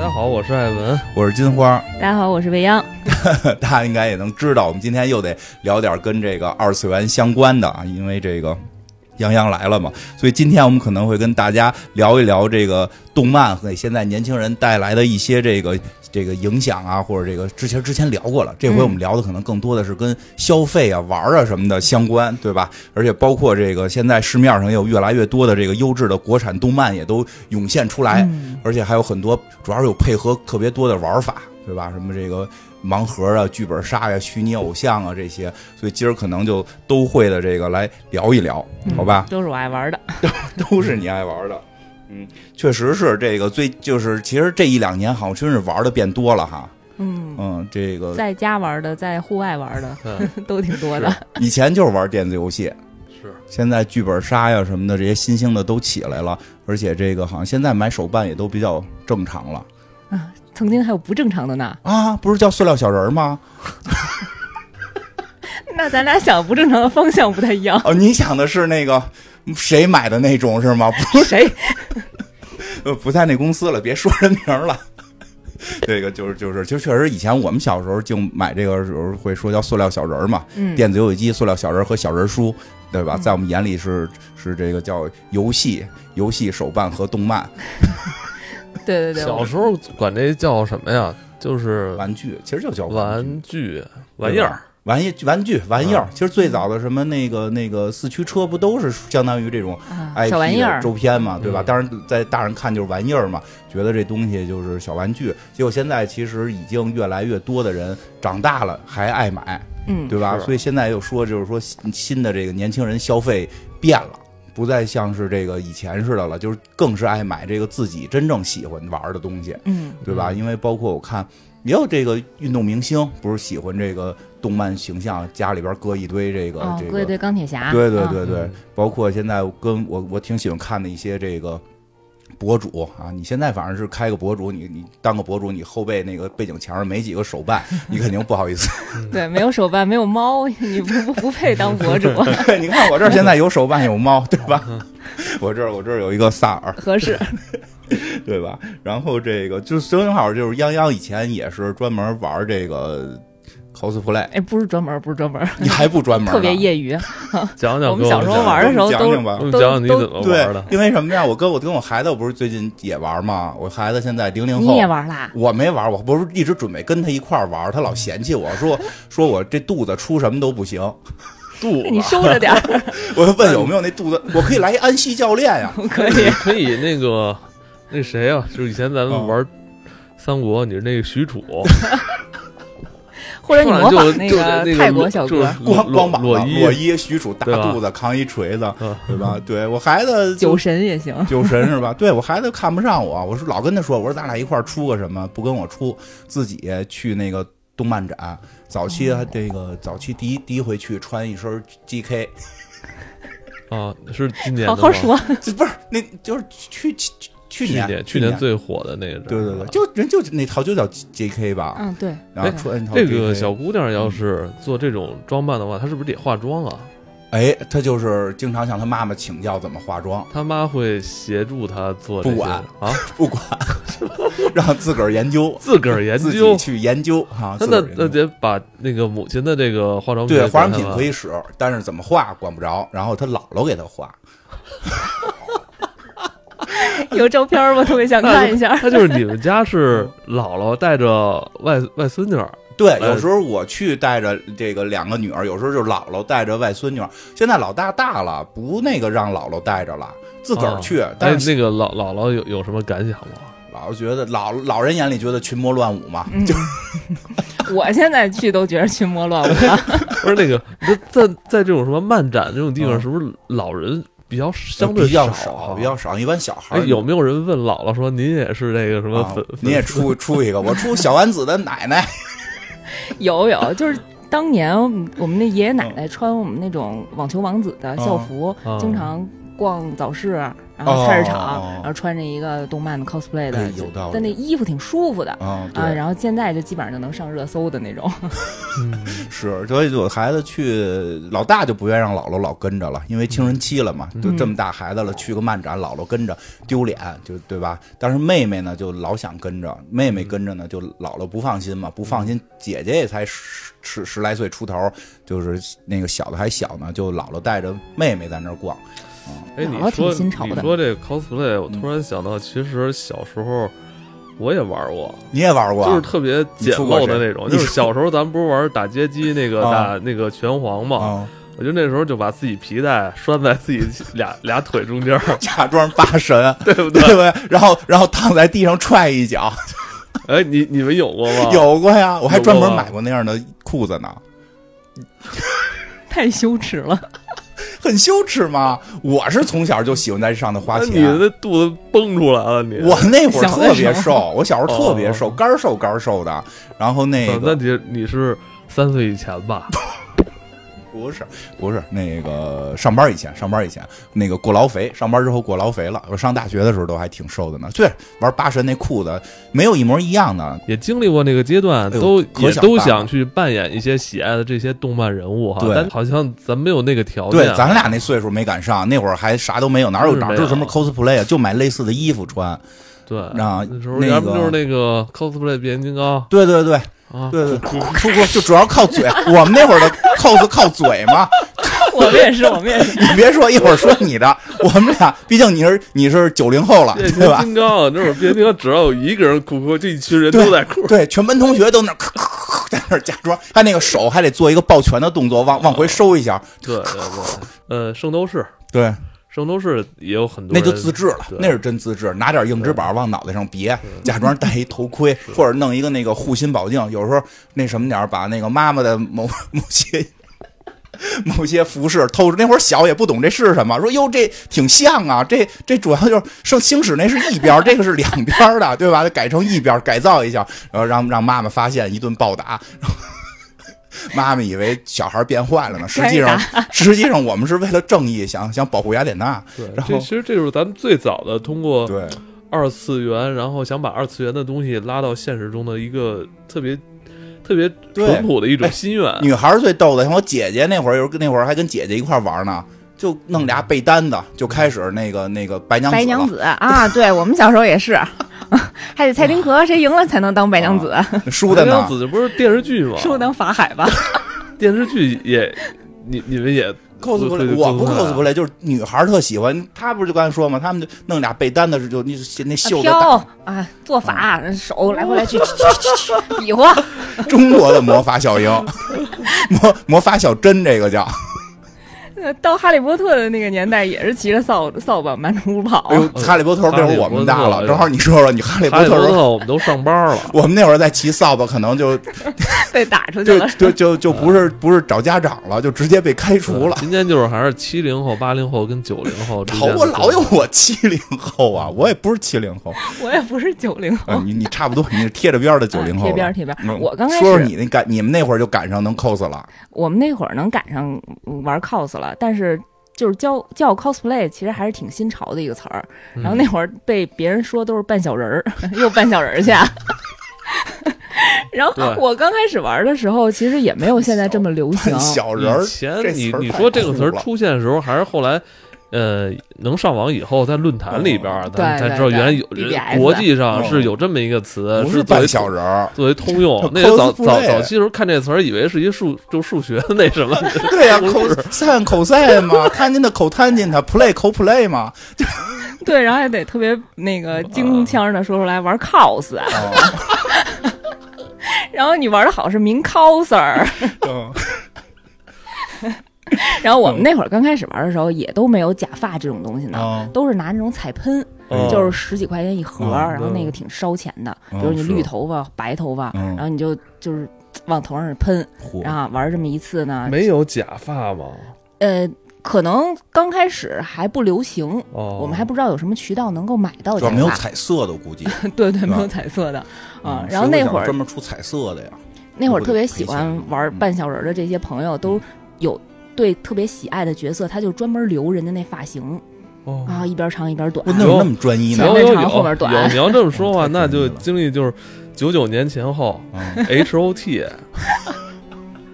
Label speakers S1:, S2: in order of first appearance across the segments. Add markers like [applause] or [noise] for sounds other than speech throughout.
S1: 家好，我是艾文。
S2: 我是金花， [laughs]
S3: 大家好，我是未央。
S2: 大家应该也能知道，我们今天又得聊点跟这个二次元相关的啊，因为这个洋洋来了嘛，所以今天我们可能会跟大家聊一聊这个动漫给现在年轻人带来的一些这个 [laughs] 这个影响啊，或者这个之前之前聊过了，这回我们聊的可能更多的是跟消费啊、玩啊什么的相关，对吧？而且包括这个现在市面上也有越来越多的这个优质的国产动漫也都涌现出来，
S3: 嗯
S2: 而且还有很多，主要是有配合特别多的玩法，对吧？什么这个盲盒啊、剧本杀呀、虚拟偶像啊这些，所以今儿可能就都会的这个来聊一聊，好吧？ [laughs]
S3: 都是我爱玩的。
S2: 都是你爱玩的。嗯，确实是这个最就是，其实这一两年好像真是玩的变多了哈。
S3: 嗯，
S2: 嗯，这个
S3: [laughs] 在家玩的，在户外玩的 [laughs]
S1: 嗯，
S3: 都挺多的。
S2: 以前就是玩电子游戏，
S1: 是
S2: 现在剧本杀呀什么的这些新兴的都起来了，而且这个好像现在买手办也都比较正常了
S3: 啊，曾经还有不正常的呢。
S2: 啊，不是叫塑料小人儿吗？
S3: [laughs] 那咱俩想不正常的方向不太一样。
S2: 哦，你想的是那个谁买的那种是吗？不
S3: [laughs] 谁？
S2: 呃，不在那公司了，别说人名儿了。这个就是就是，就确实以前我们小时候就买这个时候会说叫塑料小人儿嘛，
S3: 嗯
S2: 电子游戏机、塑料小人儿和小人书，对吧？在我们眼里是是这个叫游戏、游戏手办和动漫
S3: 对对
S1: 嗯
S3: [laughs] 对，
S1: 小时候管这叫什么呀？就是
S2: 玩具，其实就叫玩具
S1: 玩具玩意儿。嗯
S2: 玩意玩具玩意儿。其实最早的什么那个那个四驱车不都是相当于这种
S3: 啊
S2: IP
S3: 小玩意儿
S2: 的周边嘛，对吧？
S1: 嗯
S2: 当然，在大人看就是玩意儿嘛，觉得这东西就是小玩具。结果现在其实已经越来越多的人长大了还爱买，
S3: 嗯，
S2: 对吧？
S1: 是
S2: 所以现在又说就是说新新的这个年轻人消费变了。不再像是这个以前似的了，就是更是爱买这个自己真正喜欢玩的东西，
S3: 嗯，
S2: 对吧？因为包括我看也有这个运动明星，不是喜欢这个动漫形象，家里边搁一堆这个、
S3: 哦，
S2: 呃这个
S3: 对对，钢铁侠，
S2: 对对
S3: 啊，
S2: 对对
S1: 嗯，
S2: 包括现在跟我我挺喜欢看的一些这个博主啊，你现在反正是开个博主，你你当个博主，你后背那个背景墙上没几个手
S3: [laughs]
S2: 办，你肯定不好意思。
S3: 对，没有手办，没有猫， [laughs] 你不不不配当博主，
S2: 对，你看我这儿现在有手办有猫，对吧？ [laughs] 我这儿我这儿有一个萨尔，
S3: 合适。
S2: 对吧？然后这个就正好就是泱泱以前也是专门玩这个
S3: [laughs]
S2: cosplay，
S3: 哎，不是专门，不是专门，
S2: 你还不专门呢
S3: 特别业余。
S1: 讲讲
S3: 我
S1: 给
S3: 们小时候玩的时候
S2: 给我
S3: 都
S2: 们讲讲吧
S1: 我们讲讲你
S3: 都
S1: 怎么
S2: 对
S1: 玩的，。
S2: 因为什么呀？我跟我跟我孩子不是最近也玩嘛，我孩子现在零零后，
S3: 你也玩啦？
S2: 我没玩，我不是一直准备跟他一块儿玩，他老嫌弃我说 [laughs] 说我这肚子出什么都不行，
S1: 肚
S3: [laughs] 你
S1: 子
S3: 收着点儿，
S2: 我就问有没有那肚子， [laughs] 我可以来一安西教练
S1: [laughs]
S2: 呀、
S3: [laughs] 可以。
S1: 可以那个那谁啊，就是以前咱
S3: 嗯
S1: 们玩三国，你是那个许褚，
S3: 或者你
S1: 突然
S3: 模
S1: 就
S3: 仿
S1: 就
S3: 个
S1: 那
S3: 泰国小
S1: 就是
S3: 哥，
S1: 裸
S2: 光光膀子
S1: 裸
S2: 裸
S1: 衣，
S2: 衣许褚大
S1: 对吧
S2: 肚子扛一锤子，
S1: 嗯
S2: 对吧？对我孩子
S3: 酒神也行。
S2: [laughs] 酒神是吧？对我孩子看不上我，我是老跟他说，我说咱俩一块儿出个什么，不跟我出，自己去那个动漫展。早期还这个早期第一第一回去穿一身 GK，
S1: 啊，是今年的吗
S3: 好好，说，
S2: 这 [laughs] 不是那就是去去去去
S1: 去
S2: 年
S1: 年去年最火的那个，
S2: 对对对，就人就那套就叫 JK 吧，
S3: 嗯，对，
S2: 然后
S3: 哎
S2: 穿一套
S1: 这个
S2: JK
S1: 小姑娘
S3: 嗯
S1: 要是做这种装扮的话，她是不是得化妆啊？
S2: 哎，他就是经常向他妈妈请教怎么化妆，
S1: 她妈会协助她做这
S2: 不
S1: 些
S2: 管
S1: 啊，
S2: 不管，让自个儿研究，
S1: 自个 [laughs] 儿研
S2: [laughs] 自
S1: 究
S2: 己。去研究哈。
S1: 那
S2: 自个
S1: 那
S2: 儿研究
S1: 那得把那个母亲的这个化妆品
S2: 对化妆
S1: 给
S2: 品
S1: 她吧
S2: 可以使，但是怎么化管不着。然后他姥姥给他化，
S3: 有照片儿吗？特别想看一下。
S1: [laughs]
S2: [laughs]
S1: 那就是你们家是
S2: 嗯
S1: 姥姥带着外外孙女儿，
S2: 对，
S1: 呃
S2: 有时候我去带着这个两个女儿，有时候就是姥姥带着外孙女儿。现在老大大了，不那个让姥姥带着了，自个儿去。
S1: 哦哎
S2: 但，是
S1: 那个姥姥姥有有什么感想吗？ [laughs]
S2: 姥姥觉得老老人眼里觉得群魔乱舞嘛，
S3: 嗯， [laughs] 我现在去都觉得群魔乱舞了。啊
S1: 不是那个，那在在这种什么漫展这种地方，
S2: 嗯呃
S1: 是不是老人比较相对
S2: 比较
S1: 啊
S2: 比较少。一般小孩
S1: 哎，
S2: 儿
S1: 有没有人问姥姥说您也是那个什么
S2: 啊
S1: 粉？ [laughs]
S2: 你也出出一个，我出小丸子的奶奶。
S3: 有有，就是当年我们那爷
S2: 嗯
S3: 爷奶奶穿我们那种网球王子的校服，
S1: 嗯
S3: 经常逛早市，然后菜
S2: 哦
S3: 市场，然后穿着一个动漫的 cosplay
S2: 哎
S3: 的，
S2: 有道理
S3: 但那衣服挺舒服的
S2: 啊，对，
S3: 啊。然后现在就基本上就能上热搜的
S2: [laughs]
S3: 那种。
S1: 嗯，
S2: 是，所以我孩子去，老大就不愿意让姥姥老跟着了，因为青春期了嘛，就这么大孩子了，去个漫展，姥姥跟着丢脸，就对吧？但是妹妹呢，就老想跟着，妹
S1: 嗯
S2: 妹跟着呢，就姥姥不放心嘛，不放心，姐姐也才十十十来岁出头，就是那个小的还小呢，就姥姥带着妹妹在那儿逛，
S1: 哎，你
S3: 姥姥挺
S1: 说
S3: 新潮
S1: 你
S3: 的
S1: 说这 cosplay，我突然想到，其实小时候我也玩过，
S2: 你也玩过
S1: 就是
S2: 啊？
S1: 特别简
S2: 你出过
S1: 陋
S2: 谁
S1: 的那种。
S2: 你
S1: 就
S2: 出
S1: 是小时候咱们不是玩打街机那个
S2: 啊
S1: 打那个拳皇嘛，
S2: 啊，
S1: 我就那时候就把自己皮带拴在自己
S2: [laughs]
S1: 俩俩腿中间儿，
S2: 假装八神， [laughs]
S1: 对不
S2: 对
S1: 对？ [laughs]
S2: 不对？然后然后躺在地上踹一脚，
S1: 哎，你你们有过吗？
S2: 有过呀，我还
S1: 啊有过
S2: 专门
S1: 吧
S2: 买过那样的裤子呢。
S3: 太羞耻了， [laughs]
S2: 很羞耻吗？我是从小就喜欢在这上头花
S1: 那你
S2: 钱。
S1: 的肚子蹦出来了，你啊
S2: 我那会儿
S3: 想
S2: 特
S3: 为
S2: 别
S3: 什么
S2: 瘦，我小时候特别瘦，
S1: 哦
S2: 干瘦干瘦的。然后那
S1: 操那
S2: 个
S1: 你你是三岁以前吧？
S2: 不是不是那个上班以前，上班以前那个过劳肥，上班之后过劳肥了。我上大学的时候都还挺瘦的呢。对，玩八神那裤子没有一模一样的。
S1: 也经历过那个阶段，
S2: 哎呦
S1: 都
S2: 可
S1: 也
S2: 想
S1: 都
S2: 办
S1: 想
S2: 了
S1: 去扮演一些喜爱的这些动漫人物哈
S2: 对，
S1: 但好像咱没有那个条件。
S2: 对，咱俩那岁数没赶上，那会儿还啥都没有，哪
S1: 真
S2: 有
S1: 是
S2: 哪
S1: 没
S2: 知道什
S1: 有
S2: 么 cosplay 啊？就买类似的衣服穿。
S1: 对
S2: 啊
S1: 那时候
S2: 那
S1: 要不
S2: 个
S1: 就是那个 cosplay 变形金刚
S2: 对对对，
S1: 啊，
S2: 对对，不不，就主要靠嘴。我们那会儿的 cos 靠嘴嘛，
S3: 我们也是，我们也是。
S2: 你别说，一会儿说你的，我们俩，毕竟你是你是九零后了，
S1: 变
S2: 对
S1: 形
S2: 吧？
S1: 金刚那会儿变形金刚只要有一个人哭哭，这一群人都在哭。
S2: 对，全班同学都那儿咳咳咳在那儿假装，他那个手还得做一个抱拳的动作，往往回收一下。
S1: 对对对，呃，圣斗士，
S2: 对，
S1: 圣斗士也有很多
S2: 那
S1: 人，
S2: 就自制了
S1: 对，嗯
S2: 那是真自制，拿点硬纸板往脑袋上别，假装戴一头盔，或者弄一个那个护心宝镜。有时候那什么点儿，把那个妈妈的某某些。某些服饰偷着，那会儿小也不懂这是什么，说哟这挺像啊，这这主要就是圣星矢那是一边儿，这个是两边儿的，对吧？改成一边儿改造一下，然后让让妈妈发现一顿暴打， [laughs] 妈妈以为小孩变坏了呢，实际
S1: [laughs]
S2: 上实际上我们是为了正义，想想保护雅典娜，
S1: 对，
S2: 然
S1: 这
S2: 后
S1: 其实这就是咱们最早的通过
S2: 对。
S1: 二次元，然后想把二次元的东西拉到现实中的一个特别特别
S2: 对
S1: 淳朴的一种
S2: 哎
S1: 心
S3: [laughs]
S1: 愿。
S2: 女孩儿最逗的，像我姐姐那会儿，有时候那会儿还跟姐姐一块儿玩呢，就弄俩被单子，就开始那个那个白娘子了
S3: 白娘子啊，对我们小时候
S2: [laughs]
S3: 也是，还得猜丁壳，谁赢了才能当白娘
S2: 哦
S3: [laughs] 子，
S2: 输
S1: 白
S2: 的
S1: 娘
S2: 呢，
S1: 子这不是电视剧吗？
S3: 说当法海吧。
S1: 电视剧也，你你们也
S2: cosplay，
S1: 会
S2: 我不
S1: 会
S2: cosplay，就是女孩儿特喜欢，她不是就刚才说嘛，她们就弄俩被单子，就那那绣的嗯
S3: 飘啊，做法，手来回来去， [laughs] 去去去去比划，
S2: 大中国的魔法小
S3: [laughs]
S2: 樱，魔魔法小针这个叫，
S3: 哦呃到哈利波特的那个年代，也是骑着扫扫把满处跑。
S2: 哎呦，哈利波特那会儿我们大
S1: 哈利波特哎
S2: 了，正好你说说你哈利波
S1: 哈利
S2: 特
S1: 波
S2: 时候。
S1: 特我们都上班了，
S2: 我们那会儿在骑扫把，可能就
S3: 被打出去
S2: 就
S3: 了。
S2: 就就就不是不是找家长了，就直接被开除了。
S1: 今天就是还是七零后、八零后跟九零后之
S2: 好
S1: 间的，
S2: 我老有我七零后啊，我也不是七零后，
S3: 我也不是九零后，
S2: 啊，你你差不多，你是贴着边儿的九零后了、
S3: 啊贴边儿贴边儿
S2: 嗯
S3: 我刚开始
S2: 说说你那赶，你们那会儿就赶上能 cos 了，
S3: 我们那会儿能赶上玩 cos 了，但是。就是叫叫 cosplay，其实还是挺新潮的一个词儿。
S1: 嗯
S3: 然后那会儿被别人说都是扮小人儿， [laughs] 又扮小人儿去啊。 [laughs] 然后
S1: 对
S3: 我刚开始玩的时候，其实也没有现在这么流行
S2: 扮。小人儿。
S1: 以前
S2: 这
S1: 你
S2: 词儿
S1: 你
S2: 太
S1: 说这个词儿
S2: 酷了
S1: 出现的时候，还是后来。呃，能上网以后，在论坛里边儿，
S2: 哦
S1: 咱们
S3: 对
S1: 才知道
S3: 对对
S1: 原来有
S3: BBS
S1: 国际上
S2: 哦
S1: 是有这么一个词，
S2: 不
S1: 是作为
S2: 扮小人儿，
S1: 作为通用
S2: 叫。
S1: 那个早
S2: cosplay
S1: 早早期时候看这词儿，以为是一数就数学的那什
S2: [laughs]
S1: 么，
S2: 对呀、口散口散嘛，摊进的口摊进它，play 口
S1: [laughs]
S2: play 嘛，
S3: [laughs] 对，然后还得特别那个
S2: 嗯
S3: 京腔的说出来玩 cos，啊 [laughs]
S2: 啊
S3: 然后你玩的好是名 coser。
S2: 嗯
S3: 然后我们那会儿刚开始玩的时候，也都没有假发这种东西呢，
S2: 啊
S3: 都是拿那种彩喷，
S1: 嗯
S3: 就是十几块钱一盒，
S2: 哦嗯
S3: 然后那个挺烧钱的。比
S2: 嗯
S3: 如你
S2: 是
S3: 绿头发、白头发，
S2: 嗯
S3: 然后你就就是往头上喷，
S2: 嚯
S3: 然后玩这么一次呢，
S1: 没有假发吗？
S3: 呃，可能刚开始还不流行。
S1: 哦，
S3: 我们还不知道有什么渠道能够买到
S2: 主
S3: 假
S2: 要
S3: 发，
S2: 没有彩色的，估计
S3: 对对，
S2: 吧
S3: 没有彩色的啊
S2: 嗯。
S3: 然后那
S2: 谁
S3: 会
S2: 想
S3: 儿
S2: 专门出彩色的呀，
S3: 那会儿
S2: 不
S3: 特
S2: 得
S3: 别
S2: 赔
S3: 喜
S2: 钱
S3: 欢玩
S1: 嗯
S3: 扮小人儿的这些朋友，都有对特别喜爱的角色，他就专门留人家那发型，
S1: 哦，
S3: 啊，一边长一边短
S1: 哎
S2: 我。那有那么专一呢
S3: 前？
S1: 有
S3: 面
S1: 有
S3: 长
S1: 有
S3: 后面短
S1: 有，你要这么说
S2: 哦太
S1: 话，
S2: 专
S1: 那就
S2: 业了
S1: 经历就是九九年前后
S2: 嗯
S1: H O T。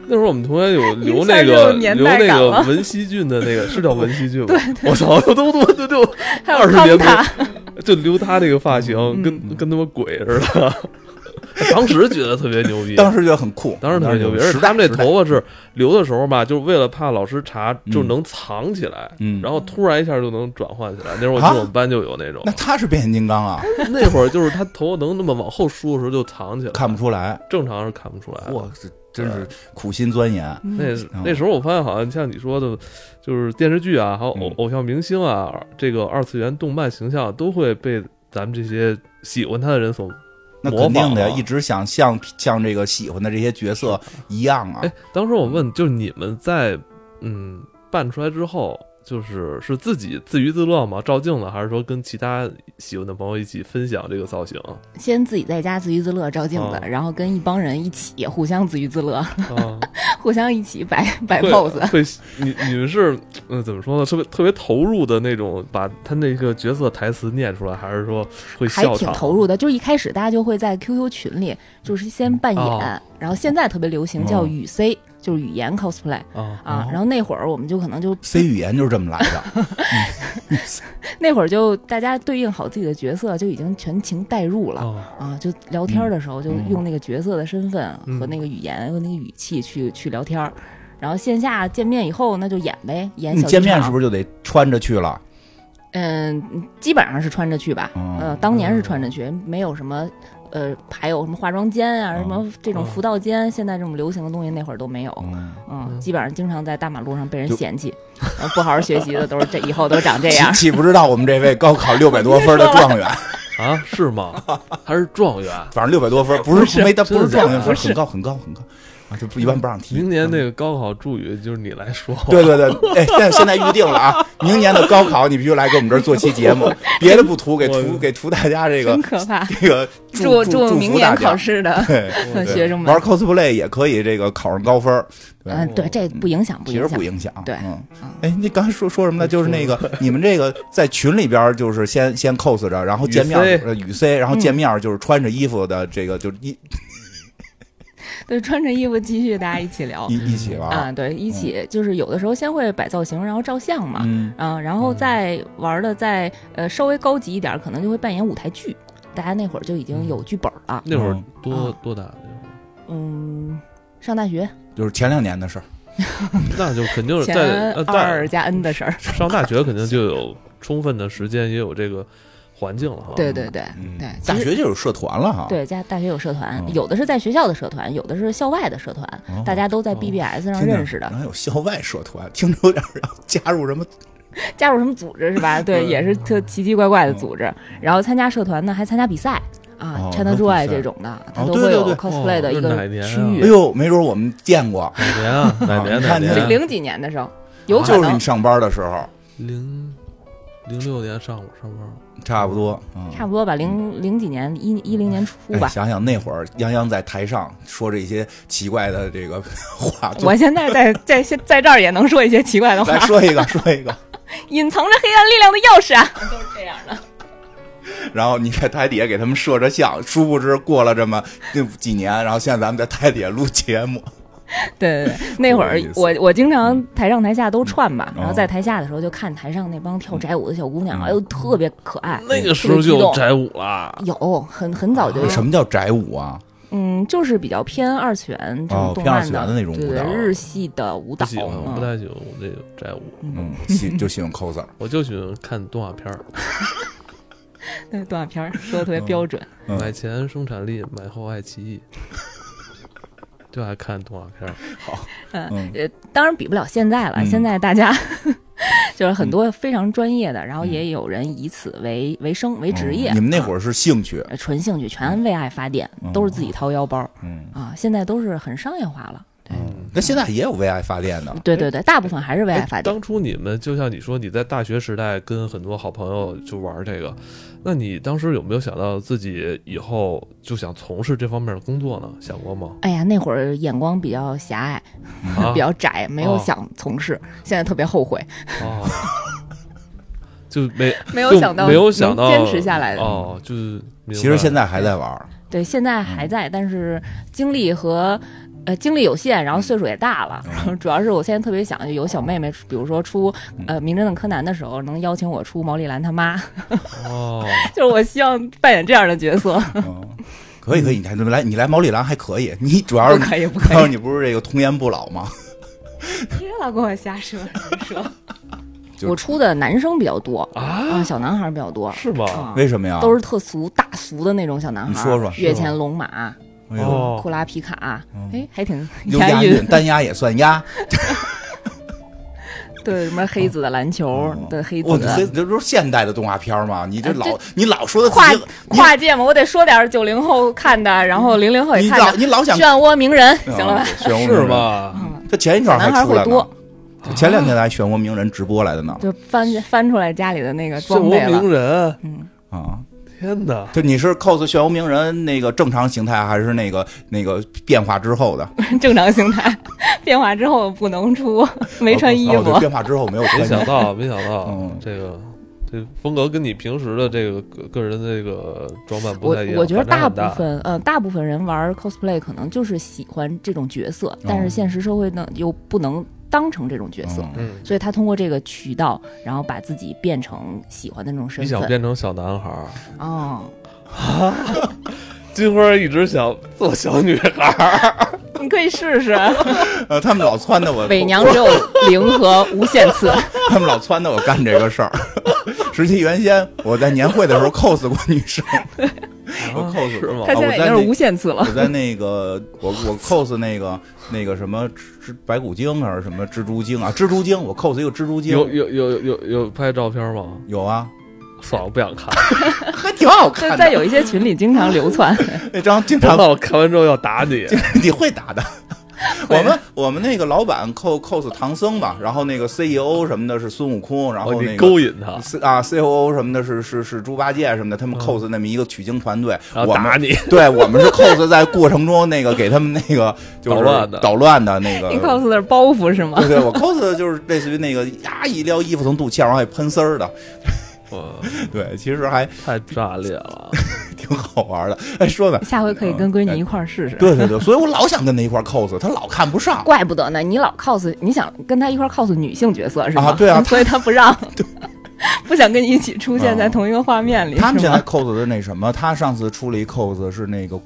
S1: 那时候我们同学有留
S3: 一下
S1: 那
S3: 就有
S1: 个
S3: 年
S1: 留
S3: 代
S1: 那
S3: 感
S1: 个
S3: 了
S1: 文熙俊的那个是叫文熙
S3: [laughs]
S1: 俊吗？我操，都都都都
S3: 还有
S1: 二十年
S3: 康
S1: 不
S3: 塔，
S1: 就留他那个发型，
S3: 嗯
S1: 跟
S2: 嗯
S1: 跟他妈鬼似的。当时觉得特别牛逼，
S2: 嗯当时觉得很酷，
S1: 当时特别牛逼，而
S2: 时
S1: 且
S2: 代
S1: 他们这，
S2: 时代
S1: 头发是留的时候吧，就是为了怕老师查，就能藏起来，
S2: 嗯啊
S1: 然后突然一下就能转换起来。那时候我记得我们班就有那种，
S2: 那他是变形金刚啊，
S1: 那会儿就是他头发能那么往后梳的时候就藏起来，
S2: 看不出来，
S1: 正常呃是看不出来的。
S2: 哇，这真是苦心钻研，
S3: 嗯
S1: 那
S2: 啊
S1: 那时候我发现，好像像你说的，就是电视剧啊，还有偶
S2: 嗯
S1: 偶像明星啊，这个二次元动漫形象都会被咱们这些喜欢他的人所
S2: 那
S1: 模
S2: 肯定
S1: 仿
S2: 的
S1: 啊
S2: 呀，一直想像像这个喜欢的这些角色一样啊
S1: 哎。，当时我问，就是你们在嗯办出来之后，就是是自己自娱自乐吗？照镜子，还是说跟其他喜欢的朋友一起分享这个造型啊？
S3: 先自己在家自娱自乐照镜子，
S1: 哦
S3: 然后跟一帮人一起互相自娱自乐， [laughs]
S1: 摆
S3: 互相一起摆啊摆 pose。
S1: 会你你们是嗯、怎么说呢？特别特别投入的那种，把他那个角色台词念出来，还是说会
S3: 还
S1: 笑
S3: 挺
S1: 场？
S3: 投入的，就是一开始大家就会在 QQ 群里，就是先扮演，
S1: 哦
S3: 然后现在特别流行叫
S2: 哦
S3: 语 C，、就是语言 cosplay
S1: 啊
S3: 啊。
S2: 哦
S3: 然后那会儿我们就可能就
S2: C 语言就是这么来的，
S3: 那会儿就大家对应好自己的角色，就已经全情代入了。
S1: 啊！
S3: 啊，就聊天儿的时候，就
S2: 嗯
S3: 用那个角色的身份
S1: 嗯
S3: 和那个语言和那个语气去去聊天儿，然后线下见面以后，那就演呗，演
S2: 你
S3: 哎小
S2: 见面
S3: 剧
S2: 是
S3: 场
S2: 不是就得穿着去了？
S3: 嗯，基本上是穿着去吧，
S2: 哦
S3: 呃，当年是穿着去，没有什么。呃，还有什么化妆间啊，
S2: 哦
S3: 什么这种
S1: 哦
S3: 服道间，现在这种流行的东西那会儿都没有，
S2: 嗯，
S3: 嗯，
S1: 嗯
S3: 基本上经常在大马路上被人
S2: 就
S3: 嫌弃，呃不好好学习的都是这以后都长这
S2: 岂，
S3: 样
S2: [laughs] 岂不知道我们这位高考六百多分的状元，
S1: 啊，是
S3: [laughs]
S1: 吗？还是状元？
S3: 嗯
S2: 反正六百多分不是没他不是
S1: 真的
S2: 状元
S1: 不
S2: 分，
S1: 是
S2: 很高很高很高啊，就不一般不让提。
S1: 明年那个高考祝语就是你来说，
S2: 对对对，哎，但现在预定了啊，明年的高考你必须来给我们这儿做期节目，别的不图，给图
S1: 我
S2: 给图大家这个
S3: [laughs] 真可怕。
S2: 这个
S3: 祝
S2: 祝祝
S3: 明
S2: 福
S3: 年
S2: 大家
S3: 考。试的
S2: 对，
S1: 对
S3: 学生们
S2: 玩，cosplay 也可以，这个考上高分儿，对
S3: 嗯，对，这不影响，不
S2: 其
S3: 影
S2: 实
S3: 响
S2: 不，影响。
S3: 对
S2: 嗯
S3: 嗯，
S2: 哎，你刚才说说什么呢？就是那个 [laughs] 你们这个在群里边儿就是先先 cos 着，然后见面儿
S1: C
S2: 呃雨 C，然后
S3: 嗯
S2: 见面儿就是穿着衣服的这个就一
S3: 对，穿着衣服继续大家一起聊，
S2: 一一起玩
S3: 啊，
S2: 儿。
S3: 对，一起就是有的时候先会摆造型，然后照相嘛，
S2: 嗯，
S3: 啊，然后
S1: 嗯
S3: 再玩的再呃稍微高级一点儿，可能就会扮演舞台剧。大家那会儿就已经有剧本了，
S1: 那会儿
S2: 嗯
S1: 多
S3: 啊
S1: 多大？那
S3: 嗯，上大学
S2: 就是前两年的事儿。
S1: 会儿那就肯定是
S3: 前
S1: 在呃在
S3: 二加 N 的事儿，
S1: 上大学肯定就有充分的时间，也有这个环境了哈。
S3: 对对对
S2: 嗯
S3: 对，其
S2: 大
S3: 实
S2: 学就有社团了哈。
S3: 对加大学有社团
S2: 哦，
S3: 有的是在学校的社团，有的是校外的社团，
S2: 哦，
S3: 大家都在
S1: 哦
S3: BBS 上
S2: 听着
S3: 认识的，
S2: 哪有校外社团？ [laughs] 听着有点儿要加入什么
S3: 加入什么组织是吧？对，
S1: 嗯
S3: 也是特奇奇怪怪的组织。然后参加社团呢，还参加比赛啊
S2: 哦
S3: ，China
S2: 还有比
S3: Joy
S2: 赛
S3: 这种的，它
S2: 哦
S3: 都
S2: 对
S3: 会
S2: 对
S3: 有
S2: 对
S3: cosplay 的
S1: 哦那
S3: 一
S1: 是哪
S3: 个
S1: 年啊
S3: 区
S2: 哎
S3: 域。
S2: 呦，没准我们见过，
S1: 哪年
S3: [laughs]
S1: 啊？哪年？哪
S2: 看你
S1: 年？
S3: 零零几年的时候，有可
S2: 就是
S3: 能
S2: 你上班的时候，
S1: 零零六年上午上班，
S2: 差不多，嗯
S3: 差不多吧，零零几年一一零年初吧
S2: 哎。
S3: [laughs]
S2: 想想那会儿，泱泱在台上说这些奇怪的这个 [laughs] 话，就
S3: 我现在在在现在这儿也能说一些奇怪的话
S2: 来，说一个，说一个。
S3: 隐藏着黑暗力量的钥匙啊，都是这样的。
S2: 然后你在台底下给他们摄着像，殊不知过了这么这几年，然后现在咱们在台底下录节目，
S3: 对对对，那会儿
S2: 有意思
S3: 我我经常台上台下都串吧，然后
S2: 哦
S3: 在台下的时候就看台上那帮跳宅舞的小姑娘，
S2: 嗯
S3: 哎呦特别可爱。
S1: 那个时候就
S3: 嗯特别激
S1: 有
S3: 动
S1: 宅舞啦。
S3: 有很很早就有
S1: 啊
S2: 什么叫宅舞啊？
S3: 嗯，就是比较偏二次元这种
S2: 哦
S3: 动
S2: 偏二
S3: 漫
S2: 次元的那种
S3: 对
S2: 舞蹈
S3: 对，日系的舞
S1: 不
S3: 蹈。
S1: 喜欢，我不
S3: 嗯
S1: 太喜欢我这个宅舞，
S2: 嗯，喜就喜欢 coser，
S1: 我就喜欢看动画片儿。
S3: 对动画片儿说的特别标准。
S2: 嗯
S1: 买前生产力，买后爱奇艺，就爱看动画片儿。
S2: 嗯
S3: 呃，当然比不了现在了，
S2: 嗯
S3: 现在
S2: [laughs]
S3: 大家就是很多非常专业的，然后也有人以此为为生为职
S2: 嗯
S3: 业。
S2: 哦
S3: 嗯
S2: 你们那会儿是兴趣，
S3: 呃纯兴趣，全为爱发电，
S2: 嗯
S3: 都是自己掏腰包
S2: 嗯，
S3: 啊！现在都是很商业化了。
S2: 嗯那现在也有为爱发电的，
S3: 对对对，大部分还是为爱
S2: 哎
S3: 发电。
S1: 哎当初你们就像你说，你在大学时代跟很多好朋友就玩这个，那你当时有没有想到自己以后就想从事这方面的工作呢？想过
S3: [laughs]
S1: 吗？
S3: 哎呀，那会儿眼光比较狭隘，
S1: 啊
S3: 比，较窄，没有
S1: 哦
S3: 想从事，现在特别后悔。
S1: 哦，就没
S3: [laughs] 没
S1: 就
S3: 有想到
S1: 没有想到
S3: 能坚持下来的。
S1: 哦，就是明白
S2: 其实现在还在玩儿，
S3: 对，现在还在，但是精力和呃精力有限，然后岁数也大了，然后
S1: 嗯
S3: [laughs] 主要是我现在特别想有小妹妹，比如说出呃《名侦探柯南》的时候，能邀请我出毛利兰他妈， [laughs]
S1: 哦，
S3: 就是我希望扮演这样的角色，
S2: 嗯，可以可以，你看来你来毛利兰还可以，你主要
S3: 不
S2: 是
S3: 可以不啊
S2: 主要
S3: 可
S2: 是
S3: 以，
S2: 你不是这个童颜不老吗？
S3: 别老跟我瞎说
S1: [laughs]
S3: 说。
S2: 就
S3: 我出的男生比较多
S1: 啊
S3: 小男孩比较多，
S1: 是吗？
S3: 啊
S2: 为什么呀？
S3: 都是特俗大俗的那种小男孩，
S2: 你说说
S3: 月前龙马、
S2: 哎呦
S1: 哦
S3: 库，拉皮卡
S2: 嗯，
S3: 哎，还挺
S2: 用
S3: 押
S2: 押
S3: 韵
S2: 韵，。单押也算押。
S3: 对，什么黑子的篮球
S2: 嗯，
S3: 对黑
S2: 我
S3: 子
S2: 这
S3: 的
S2: 这都是现代的动画片儿嘛？你这
S3: 哎
S2: 老
S3: 这
S2: 你老说的
S3: 跨
S2: 自己
S3: 跨界嘛，我得说点九零后看的，然后零零后也
S2: 你
S3: 看
S2: 老
S3: 的，
S2: 你老想
S3: 漩涡鸣人，行了吧？
S2: 啊漩涡鸣
S1: 是
S2: 人？
S1: 吗？
S3: 嗯，
S2: 他前一阵
S3: 小
S2: 儿还
S3: 男孩
S2: 出
S3: 会
S2: 来呢
S3: 多，，
S2: 他前两天还漩涡鸣人直播来的呢
S3: 就翻翻出来家里的那个
S1: 漩
S3: 装备
S1: 涡鸣
S3: 了。
S1: 人，
S3: 嗯，
S2: 啊！
S1: 天哪！
S2: 就你是 cos 漩涡鸣人那个正常形态，还是那个那个变化之后的？
S3: 正常形态，变化之后不能出，没穿衣
S2: 哦哦对
S3: 服。
S2: 变化之后没有穿
S1: [laughs] 没
S2: 衣服
S1: 想到，没想到
S2: 嗯，
S1: 这个这风格跟你平时的这个个个人的这个装扮不
S3: 我
S1: 太一样。
S3: 我觉得
S1: 反差
S3: 大
S1: 很
S3: 部分，呃，大部分人玩 cosplay 可能就是喜欢这种角色，但是现实社会呢又不能当成这种角色，
S2: 嗯
S1: 嗯，
S3: 所以他通过这个渠道，然后把自己变成喜欢的那种身
S1: 你想
S3: 份。
S1: 变成小男孩儿，
S3: 哦，
S1: 金花一直想做小女孩儿，
S3: 你可以试试。
S2: 呃，他们老撺掇我，
S3: [laughs] 伪娘只有零和无限
S2: [laughs]
S3: 次，
S2: 他们老撺掇我干这个事儿。 [laughs] 实际原先我在年会的时候 cos 过女生，我 cos
S1: 是
S2: 过
S1: 吗
S3: 他
S2: 啊
S3: 现
S2: 我
S3: 在已
S2: 在
S3: 经是
S2: 那
S3: 无限次了。
S2: 我在那个我我 cos 那个那个什么蜘蜘白骨精还是什么蜘蛛精啊？蜘蛛精，我 cos 一个蜘蛛精，
S1: 有有有有有拍照片吗？
S2: 有啊，
S1: 算了，不想 [laughs] 看。
S2: 还挺好看
S3: 对，
S2: 的。
S3: [laughs] 在有一些群里经常流
S2: [laughs]
S3: 窜，
S2: 那张经
S1: 难
S2: 常
S1: 道我看完之后要打 [laughs] 你？
S2: 你会打的。我们我们那个老板 cos cos 唐僧嘛，然后那个 CEO 什么的是孙悟空，然后
S1: 哦
S2: 那
S1: 你
S2: 个
S1: 勾引他，
S2: C 啊 COO 什么的是是是猪八戒什么的，他们
S1: 嗯
S2: cos 那么一个取经团队，
S1: 然后
S2: 我
S1: 打 [laughs]
S2: 们
S1: 你。
S2: 对我们是 cos 在过程中那个给他们那个就是
S1: 捣乱的
S2: 捣乱的那
S3: 你
S2: 个。
S3: cos 的是包袱是吗
S2: [laughs] 对？对，我 cos 的就是类似于那个呀，一撩衣服从肚脐眼往外喷丝儿的，
S1: 哇，
S2: 对，其实还
S1: 太炸裂了！
S2: 挺好玩的。哎，说呢，
S3: 下回可以跟闺女一块儿试试。
S2: 对对对，所以我老想跟他一块儿 cos，他老看不上。
S3: 怪不得呢，你老 cos，你想跟他一块儿 cos 女性角色是吗？
S2: 啊对啊
S3: [laughs]
S2: 哦
S3: 所以他不让， [laughs] 不想跟你一起出现在同一个画面里。
S2: 他们
S3: 是
S2: 现在
S3: 吗？
S2: cos 的那什么，他上次出了一 cos 是那个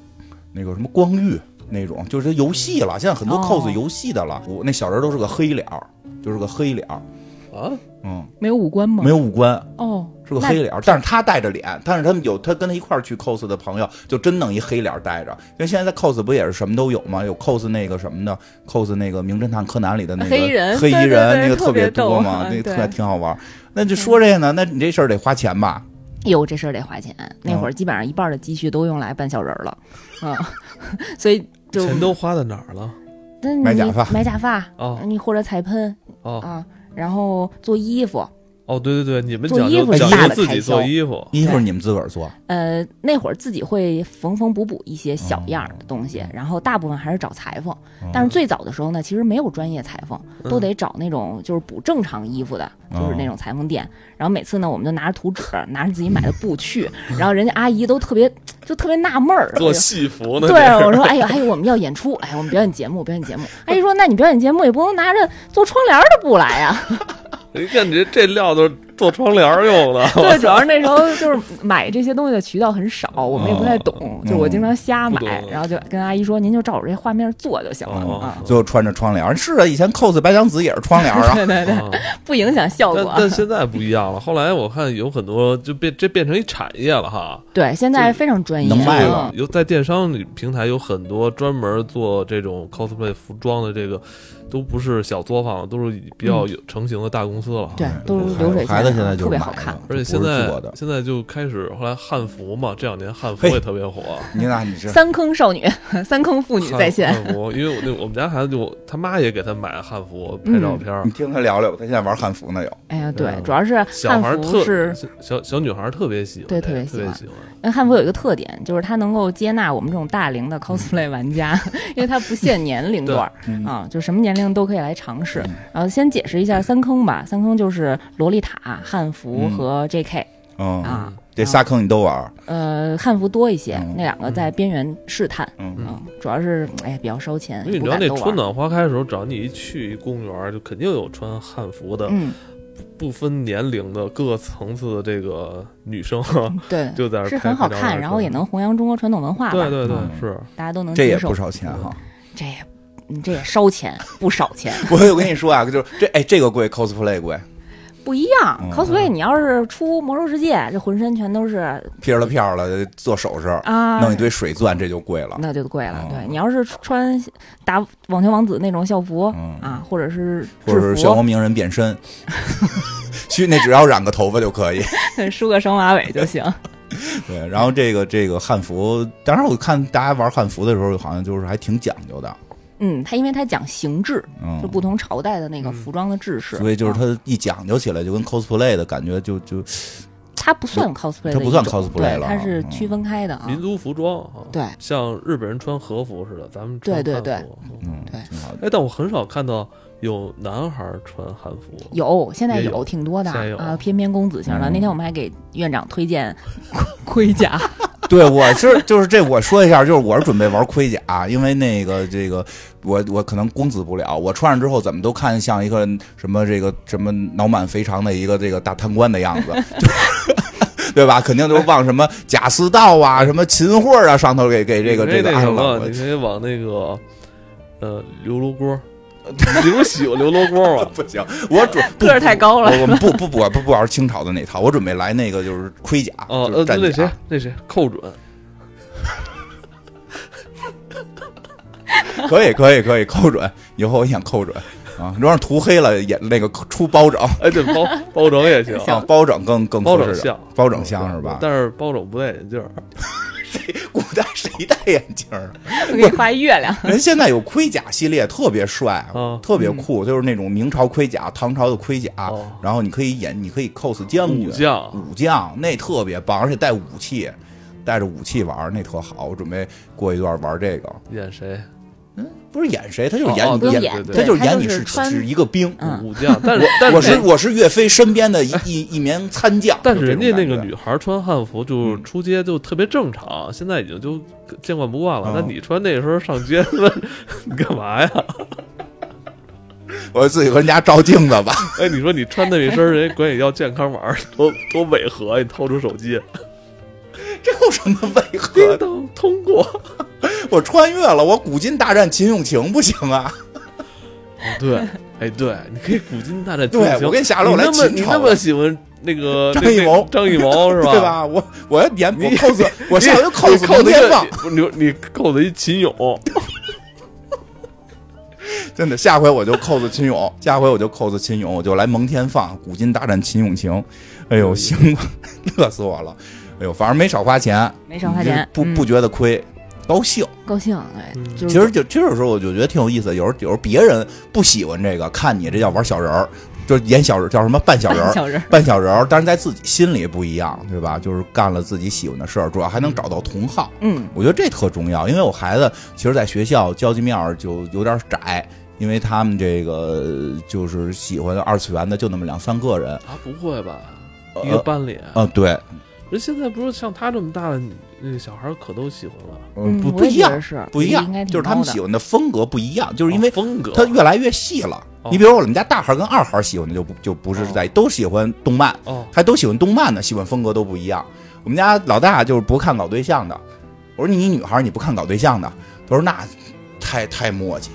S2: 那个什么光遇那种，就是游戏了。现在很多
S3: 哦
S2: cos 游戏的了，我那小人都是个黑脸儿，就是个黑脸儿，
S3: [laughs]
S1: 啊，
S2: 嗯，
S3: 没有五官吗？
S2: 没
S3: 有
S2: 有五官，
S3: 哦，
S2: 是个黑脸儿。但是他带着脸，但是他们有他跟他一块儿去 cos 的朋友，就真弄一黑脸儿带着。因为现在 cos 不也是什么都有吗？有 cos 那个什么的，cos 那个名侦探柯南里的那个
S3: 黑衣人
S2: 黑衣
S3: 对对
S2: 人
S3: 对
S2: 那个
S3: 特别
S2: 别多
S3: 逗 [laughs]
S2: 嘛，那个
S3: 对
S2: 特别挺好玩儿。那就说这个呢，那你这事儿得花钱吧？
S3: 哟，哎这事儿得花钱。那会儿基本上一半的积蓄都用来扮小人儿了，嗯，
S2: [laughs]
S3: 所以就
S1: 钱都花在哪儿了？
S3: 那你
S2: 买假发
S3: 买假发，
S1: 哦
S3: 你或者彩喷
S1: 哦
S3: 啊，然后做衣服，
S1: 哦，对对对，你们
S3: 做
S1: 讲
S3: 衣
S1: 究
S3: 服是
S1: 讲
S3: 大
S1: 究
S3: 的
S1: 自
S3: 开
S1: 己
S3: 销
S1: 做衣服，
S2: 衣服是你们自个儿做，
S3: 呃，那会儿自己会缝缝补补一些
S1: 哦
S3: 小样儿的东西，然后大部分还是找裁缝。但是最早的时候呢，其实没有专业裁缝，
S1: 嗯
S3: 都得找那种就是补正常衣服的，就是
S1: 哦
S3: 那种裁缝店。然后每次呢，我们就拿着图纸，拿着自己买的布去，然后人家阿姨都特别就特别纳闷儿，
S1: 做戏服呢。
S3: 哎对，我说，哎呦，哎呦，我们要演出，哎，我们表演节目，表演节目。阿姨说，那你表演节目也不能拿着做窗帘儿的布来呀、
S1: 你看你这这料都是做窗帘儿用的，
S3: [laughs] 对，主要是那时候就是买这些东西的渠道很少，我们也不太懂，就我经常瞎
S1: 不
S3: 买，
S1: 懂
S3: 然后就跟阿姨说，您就照我这画面做就行了
S1: 哦
S3: 啊。
S2: 最后穿着窗帘儿。是啊，以前 cos 白娘子也是窗帘儿啊。
S3: 对对对，
S1: 啊
S3: 不影响效
S1: 但
S3: 果。
S1: 但现在不一样了。后来我看有很多就变这变成一产业了哈，
S3: 对，现在非常专业，
S2: 能卖
S3: 嗯
S2: 了
S1: 有在电商里平台有很多专门做这种 cosplay 服装的，这个都不是小作坊了，都是比较有成型的大公司了。
S3: 嗯对，都是流水线，
S2: 嗯
S3: 啊
S2: 孩子现在就
S3: 特别
S2: 买
S3: 好看
S2: 的。
S1: 而且现
S2: 不是
S1: 在
S2: 做的
S1: 现在就开始，后来汉服嘛，这两年汉服
S2: 嘿
S1: 也特别火。
S2: 你那你这
S3: 三坑少女， [laughs] 三坑 [laughs] 妇女在线，
S1: 汉汉服，因为我那我们家孩子就他妈也给他买汉服
S3: 嗯
S1: 拍照片儿
S2: 你，听他聊聊，他现在玩汉服呢有。
S3: 哎呀，对
S1: 嗯，
S3: 主要是
S1: 小孩
S3: 汉
S1: 儿
S3: 服
S1: 特
S3: 是
S1: 小小小女孩儿特别喜欢这
S3: 对
S1: 个，
S3: 特别
S1: 特
S3: 喜
S1: 别
S3: 欢
S1: 喜欢。
S3: 那汉服有一个特点，就是它能够接纳我们这种大龄的 cosplay 玩家， [laughs] 因为它不限年龄段儿
S2: 嗯
S3: 啊，就什么年龄都可以来尝试。然后先解释一下三坑吧，三坑就是洛丽塔、汉服和 JK
S2: 嗯，
S3: 啊，
S2: 这仨坑你都玩儿，
S3: 呃，汉服多一些
S2: 嗯，
S3: 那两个在边缘试探，
S2: 嗯，
S3: 嗯，主要是哎比较烧钱，
S1: 因为你
S3: 不
S1: 知道
S3: 敢
S1: 那
S3: 都玩
S1: 春暖花开的时候，只要你一去一公园儿，就肯定有穿汉服的，
S3: 嗯，
S1: 不分年龄的各个层次的这个女生啊
S3: 对，
S1: 就在这
S3: 是
S1: 儿拍
S3: 很好
S1: 拍照片
S3: 看，然后也能弘扬中国传统文化吧，
S1: [laughs] 对对对
S2: 嗯
S1: 是，
S3: 大家都能
S2: 这也
S3: 接受
S2: 不，少钱哈。
S3: 这也嗯这也烧钱，不少钱，
S2: [laughs] 我我跟你说啊，就是这哎，这个贵，cosplay 贵，
S3: 不一样
S2: 嗯。
S3: cosplay 你要是出魔兽世界，这浑身全都是
S2: 撇了片儿了，做首饰，
S3: 啊，
S2: 弄一堆水钻，这就贵了。
S3: 那就贵了
S2: 哦。
S3: 对你要是穿打网球王子那种校服
S2: 嗯
S3: 啊，或者是
S2: 或者是
S3: 制
S2: 漩涡
S3: 服，
S2: 鸣人变身， [laughs] 去那只要染个头发就可
S3: [laughs]
S2: 以。
S3: [laughs] 梳个双马尾
S2: [laughs]
S3: 就行。
S2: 对，然后这个这个汉服，当然我看大家玩汉服的时候，好像就是还挺讲究的，
S3: 嗯，它因为它讲形制，
S2: 嗯
S3: 就，不同朝代的那个
S1: 嗯
S3: 服装的制式，
S2: 所以就是
S3: 啊
S2: 它一讲究起来，就跟 cosplay 的感觉就就
S3: 它不算 cosplay，
S2: 它
S3: 的
S2: 不算
S3: 一种
S2: cosplay
S3: 对
S2: 了啊嗯
S3: 它是区分开的啊。
S1: 民族服装啊，
S3: 对，
S1: 像日本人穿和服似的，咱们穿
S3: 对
S1: 汉
S3: 对
S1: 服。
S2: 嗯
S3: 对
S2: 挺好的。
S1: 哎，但我很少看到有男孩儿穿汉服，啊
S3: 有，现在
S1: 也有
S3: 有挺多的
S1: 现在有
S3: 啊，翩翩公子型的。
S2: 嗯
S3: 那天我们还给院长推荐 [laughs]
S2: [laughs]
S3: 盔甲，
S2: 对，我是就是这我说一下，就是我是准备玩盔甲，因为那个这个我我可能公子不了，我穿上之后怎么都看像一个什么这个什么脑满肥肠的一个这个大贪官的样子。就是对吧？肯定就是往什么贾似道啊、什么秦桧啊上头给给这个
S1: 你可
S2: 这个
S1: 以那
S2: 安
S1: 什
S2: 了。
S1: 么，
S2: 我
S1: 你可以往那个呃刘罗锅
S2: [laughs]
S1: 儿，你不喜欢刘罗锅儿吗？
S2: 不行，我准不
S3: 个儿太高了
S2: 我我们不不不不不玩清朝的那套，我准备来那个就是盔甲，
S1: 哦，
S2: 就
S1: 呃，那
S2: 是战
S1: 谁
S2: 甲。，
S1: 那谁，寇准，
S2: 可以可以可以，寇准，以后我演寇准啊，如果涂黑了演那个出包拯，
S1: 哎，对，包包拯也行，
S2: 啊，包拯更更
S1: 包
S2: 合
S1: 拯
S2: 适的
S1: 像，，嗯
S2: 包拯像是吧？
S1: 但是包拯不戴眼镜儿，
S2: 古代谁戴眼镜儿啊？
S3: 我给你画一月亮。
S2: 人现在有盔甲系列，特别帅
S1: 啊
S2: 特别酷，就是那种明朝盔甲、唐朝的盔甲
S1: 哦，
S2: 然后你可以演，你可以 cos 将军
S1: 武、将，
S2: 武将，那特别棒，而且带武器，带着武器玩儿那特好。我准备过一段玩这个，
S1: 演谁？
S2: 不是演谁，他就是演
S1: 哦哦
S2: 你
S1: 不用
S2: 演，
S1: 演
S2: 他
S1: 对
S2: 就是
S3: 他
S2: 演
S3: 就
S2: 你
S3: 是
S2: 是
S3: 穿
S2: 是一个兵。
S3: 嗯
S1: 武将，但是但
S2: 我是
S1: 人
S2: 我是岳飞身边的一一一名参将，
S1: 但是
S2: 就这
S1: 人
S2: 种
S1: 家那
S2: 感
S1: 个
S2: 觉
S1: 女孩穿汉服就
S2: 嗯
S1: 出街就特别正常，现在已经就见惯不惯了
S2: 哦。
S1: 那你穿那时候上街，那你干嘛呀？ [laughs]
S2: 我自己和人家照镜子吧。
S1: 哎，你说你穿那一身儿，人家管你要健康码儿，多多违和！啊你掏出手机，
S2: 这有什么违和
S1: 叮
S2: 的？
S1: 当通过。
S2: 哦我穿越了，我古今大战秦俑情不行啊！
S1: 哦对，哎对，你可以古今大战秦
S2: 对
S1: 琼。
S2: 我跟你下楼我来
S1: 你那么
S2: 秦
S1: 你
S2: 朝
S1: 那
S2: 了
S1: 么喜欢那个
S2: [laughs] 张
S1: 那
S2: 艺
S1: 那
S2: 谋
S1: 张艺
S2: [laughs]
S1: 谋是吧？
S2: 对？哦吧？我我要演我
S1: 你
S2: [laughs] cos，我下回就
S1: 扣
S2: cos 蒙天放，
S1: 你你你扣的一秦俑，
S2: 真的，下回我就 cos 秦俑，下回我就 cos 秦俑，我就来蒙天放，古今大战秦俑情。哎呦，行吧， [laughs] 乐死我了。哎呦，反正没少花钱，
S3: 没少花钱，
S2: 不
S3: 嗯
S2: 不觉得亏，高兴。
S3: 高兴，哎，就是
S2: 嗯其实就其实有时候我就觉得挺有意思的，有时候有时候别人不喜欢这个，看你这叫玩小人儿，就是演小人叫什么扮小人儿。
S3: [laughs] 小人儿，
S2: 扮小人儿，但是在自己心里不一样，对吧？就是干了自己喜欢的事儿，主要还能找到同好。
S3: 嗯，
S2: 我觉得这特重要，因为我孩子其实，在学校交际面儿就有点窄，因为他们这个就是喜欢二次元的就那么两三个人。
S1: 啊，不会吧？
S2: 呃
S1: 一个班里，
S2: 嗯，对，
S1: 人现在不是像他这么大的那小孩儿可都喜欢了，
S2: 嗯，不
S3: 嗯
S2: 不一，
S3: 我也觉得
S2: 样，
S3: 是
S2: 不一
S3: 应该
S2: 样，
S3: 挺
S2: 就是他们
S3: 高的
S2: 喜欢的风格不一样，就是因为
S1: 哦风格，
S2: 它越来越细了。
S1: 哦
S2: 你比如我们家大孩儿跟二孩儿喜欢的就不就不是在都喜欢动漫，
S1: 哦，
S2: 还都喜欢动漫呢，喜欢风格都不一样。我们家老大就是不看搞对象的，我说你女孩儿你不看搞对象的，他说那太太磨叽，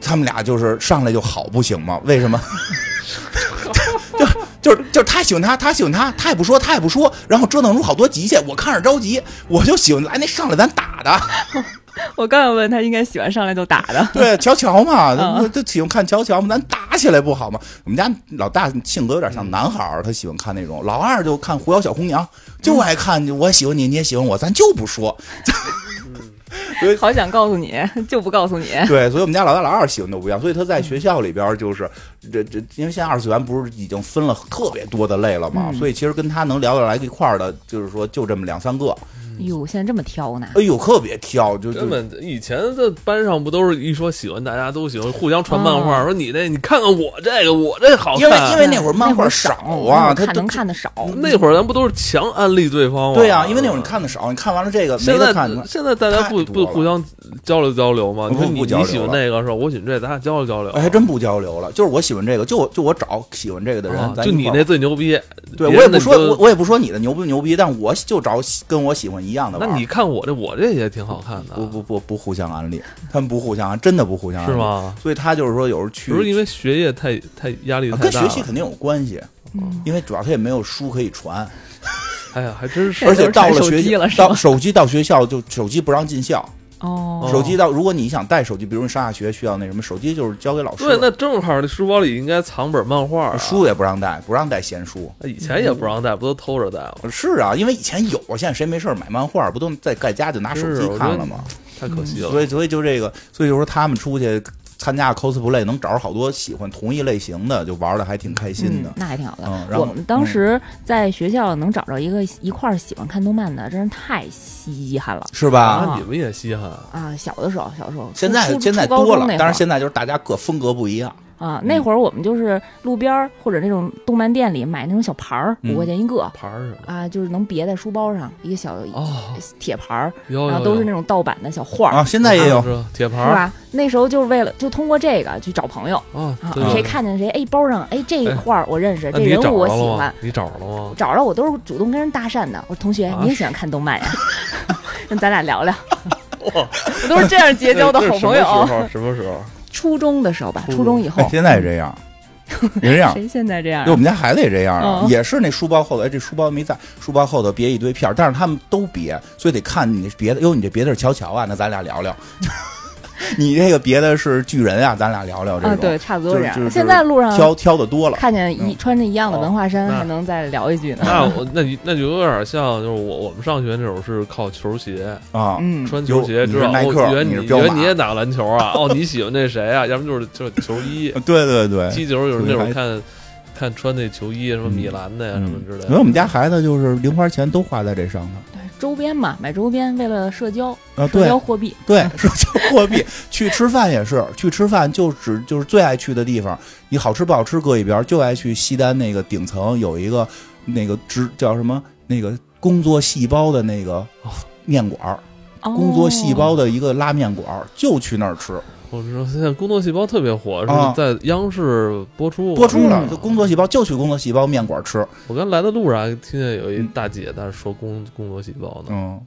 S2: 他们俩就是上来就好不行吗？为什么？ [laughs] 就就是就是他喜欢他，他喜欢他，他也不说，他也不说，然后折腾出好多极限，我看着着急，我就喜欢来那上来咱打的，
S3: [laughs] 我刚要问他应该喜欢上来就打 [laughs] 的，
S2: 对，乔乔嘛，
S3: 嗯
S2: 他他喜欢看乔乔嘛，咱打起来不好吗？我们家老大性格有点像男孩儿，他喜欢看那种；老二就看《狐妖小红娘》，就爱看，我喜欢你，你也喜欢我，咱就不说。
S3: 好想告诉你，就不告诉你。
S2: 对，所以我们家老大老二喜欢都不一样，所以他在学校里边儿就是这这，因为现在二次元不是已经分了特别多的类了嘛，
S3: 嗯
S2: 所以其实跟他能聊得来一块儿的，就是说就这么两三个，
S3: 哟，现在这么挑呢？
S2: 哎呦，特别挑，就
S1: 根
S2: 就
S1: 本以前在班上不都是一说喜欢，大家都喜欢互相传漫画，
S3: 哦
S1: 说你那你看看我这个，我这好看。
S2: 因为因为那
S3: 对
S2: 会儿漫
S3: 那
S2: 画
S3: 会儿
S2: 少
S3: 那会
S2: 啊，
S3: 儿
S2: 他
S3: 看能看的少。
S1: 那会儿咱不都是强安利对方吗？
S2: 对啊，因为那会儿你看的少，你看完了这个没
S1: 现
S2: 得
S1: 在
S2: 看。
S1: 现在大家不
S2: 太
S1: 不
S2: 多了
S1: 互相交流交流吗？
S2: 不
S1: 你说你
S2: 不交流
S1: 你喜欢
S2: 了
S1: 那个是吧？我喜欢这，咱俩交流交流。
S2: 哎，还真不交流了，就是我喜欢这个，就我就我找喜欢这个的人，
S1: 啊
S2: 咱
S1: 就
S2: 一
S1: 你
S2: 块儿
S1: 那最牛逼，
S2: 对
S1: 别
S2: 我也
S1: 人的
S2: 不说，
S1: 你都
S2: 我我也不说你的牛不牛逼，但我就找喜跟我喜欢一样的玩
S1: 那
S2: 儿。
S1: 你看我这，我这也挺好看的，
S2: 不不不不互相安利，他们不互相，真的不互相安利
S1: 是？吗？
S2: 所以他就是说，有时候去
S1: 不是因为学业太太压力
S2: 啊
S1: 太
S2: 跟
S1: 大
S2: 学习
S1: 了，
S2: 肯定有关系，
S3: 嗯
S2: 因为主要他也没有书可以传，
S1: 哎呀，还真是
S3: 对
S2: 而且到了学
S3: 都是传手机了是
S2: 到
S3: 吗
S2: 手机到学校就手机不让进校，
S3: 哦，
S2: 手机到如果你想带手机，比如你上下学需要那什么，手机就是交给老师
S1: 对，
S2: 了，
S1: 那正好那书包里应该藏本漫画啊，
S2: 书也不让带，不让带闲书。
S1: 以前也不让带，不都偷着带吗？
S2: 是啊，因为以前有，现在谁没事儿买漫画，不都在在家就拿手
S1: 是
S2: 机
S1: 我觉
S2: 看
S1: 得
S2: 了吗？嗯
S1: 太可惜了
S2: 所。以所以就这个，所以就说他们出去参加 cosplay 能找着好多喜欢同一类型的，就玩的还挺开心的
S3: 嗯。那还挺好的。
S2: 嗯，然
S3: 我
S2: 后
S3: 们当时在学校能找着一个一块儿喜欢看动漫的，真是太稀罕了
S2: 嗯是吧？
S1: 啊，你们也稀罕，
S3: 啊！小的时候，小时候，
S2: 现在
S3: 初初
S2: 现在
S3: 初高
S2: 多
S3: 中
S2: 了
S3: 那，
S2: 但
S3: 会儿
S2: 是现在就是大家各风格不一样。
S3: 啊，那会儿我们就是路边儿或者那种动漫店里买那种小牌儿，
S2: 嗯
S3: 五块钱一个
S1: 牌儿什么？
S3: 啊，就是能别在书包上一个小
S1: 哦，
S3: 铁牌儿，
S1: 有有
S3: 然后都是那
S1: 有
S3: 种盗版的小画
S2: 啊，
S3: 儿，
S2: 现在也有
S1: 我知道铁牌
S3: 是
S1: 儿
S3: 吧？那时候就是为了就通过这个去找朋友
S1: 啊
S3: 啊，，
S1: 对对。
S3: 谁看见谁，哎，包上哎这
S1: 哎
S3: 个画儿我认识，
S1: 那
S3: 这
S1: 你
S3: 人
S1: 找
S3: 物我
S1: 着了
S3: 喜
S1: 吗
S3: 欢，
S1: 你找着了吗？
S3: 找着我都是主动跟人搭讪的。我说同学
S1: 啊，
S3: 你也喜欢看动漫呀？ [laughs] 那咱俩聊聊。我都是这样结
S1: 结
S3: 交的好朋友。
S1: 什么时候？
S3: 初中的时候吧，
S1: 初
S3: 初中以后
S2: 哎，， [laughs] 现在也这样，也这样。
S3: 谁现在这样
S2: 对，我？们家孩子也这样啊，
S3: 嗯
S2: 也是那书包后头，哎，这书包没在，书包后头别一堆片儿，但是他们都别，所以得看你别的，哟，你这别的是乔乔啊，那咱俩聊聊； [laughs] 你这个别的是巨人啊，咱俩聊聊这
S3: 啊，
S2: 种。
S3: 对，差不多
S2: 就
S3: 这
S2: 是就是
S3: 样。现在路上
S2: 挑挑的多了，
S3: 看见一
S2: 嗯
S3: 穿着一样的文化衫，
S1: 哦那
S3: 还能再聊一句呢。
S1: [laughs] 那我那你那就有点像，就是我我们上学那种是靠球鞋，
S2: 啊，
S3: 嗯，
S1: 穿球鞋
S2: 有你
S1: 知
S2: 是
S1: 道，
S2: 耐
S1: 哦
S2: 克
S1: 原来
S2: 你
S1: 你
S2: 是彪
S1: 原来
S2: 马
S1: 你也打篮球啊？哦，你喜欢那谁啊？要不就是就是球衣，
S2: 对对对。
S1: 踢球有时候那会
S2: 哎还嗯
S1: 儿看看穿那球衣什么米兰的呀什么之类
S2: 因为
S1: 的
S2: 我。们家孩子就是零花钱都花在这上头
S3: 周边嘛，买周边为了社交，
S2: 啊，
S3: 社
S2: 对
S3: 交货币。
S2: [laughs] 对，社交
S3: [laughs]
S2: 货币。去吃饭也是，去吃饭就只就是最爱去的地方，你好吃不好吃搁一边儿，就爱去西单那个顶层有一个那个职叫什么那个工作细胞的那个
S1: 哦
S2: 面馆儿，
S3: 哦
S2: 工作细胞的一个拉面馆儿，就去那儿吃。
S1: 我知道现在工作细胞特别火，
S2: 啊
S1: 是在央视播出
S2: 播出了，
S1: 嗯
S2: 就工作细胞就去工作细胞面馆儿吃。
S1: 我刚来的路上还听见有一大姐在那说工工作细胞呢，
S2: 嗯，